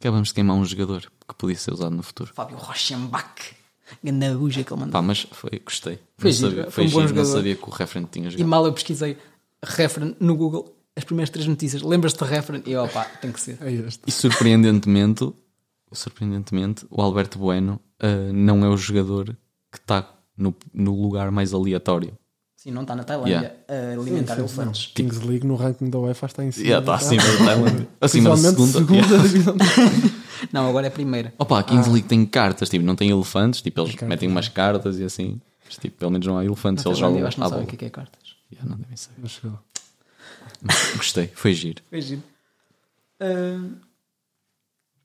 Acabamos de queimar um jogador que podia ser usado no futuro. Fábio Rochenbach. Ganda buja que ele mandou. Pá, mas foi, gostei. Foi não giro, sabia, foi um bom giro, não jogador. sabia que o referente tinha E jogado. mal eu pesquisei Referen no Google, as primeiras três notícias. Lembras-te de Referen? E eu, opá, tem que ser. É este. E surpreendentemente, surpreendentemente, o Alberto Bueno ah, não é o jogador que está no, no lugar mais aleatório. Sim, não está na Tailândia a alimentar elefantes. Kings League no ranking da UEFA está em cima. Yeah, está é, tá tá. acima da [LAUGHS] Tailândia. Acima da Principalmente segunda. segunda yeah. [LAUGHS] divisão. Não, agora é a primeira. Opa, a Kings League tem cartas, tipo, não tem elefantes, tipo, eles cartas, metem umas cartas e assim. Mas, tipo, pelo menos não há elefantes, eles Tailândia, jogam eu acho que não à sabem bola. o que é, que é cartas. Yeah, não devem saber. Mas chegou. Gostei, foi giro. Foi giro. Ah,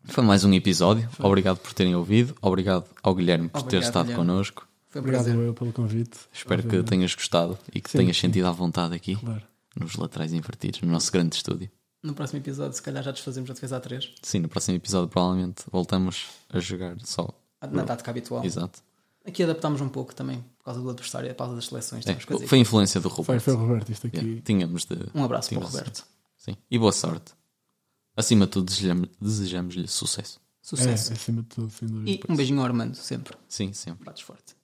Foi mais um episódio. Obrigado por terem ouvido. Obrigado ao Guilherme por ter Obrigado, estado Guilherme. connosco. foi um Obrigado prazer. eu pelo convite. Espero que Obviamente. tenhas gostado e que tenhas sentido à vontade aqui Claro. nos laterais invertidos, no nosso grande estúdio. No próximo episódio, se calhar já desfazemos a defesa a 3. Sim, no próximo episódio provavelmente voltamos a jogar só. Na tática habitual. Exato. Aqui adaptámos um pouco também, por causa do adversário e a pausa das seleções. É, temos coisas aí. foi a influência do Roberto. Foi, foi o Roberto isto aqui. Yeah, Tínhamos de. Um abraço para o tínhamos de- Roberto. Sim. E boa sorte. Acima de tudo, desejamos- desejamos-lhe sucesso. É, Sucesso. acima de tudo, sem dúvida. E um beijinho ao Armando, sempre. Sim, sempre. Bates forte.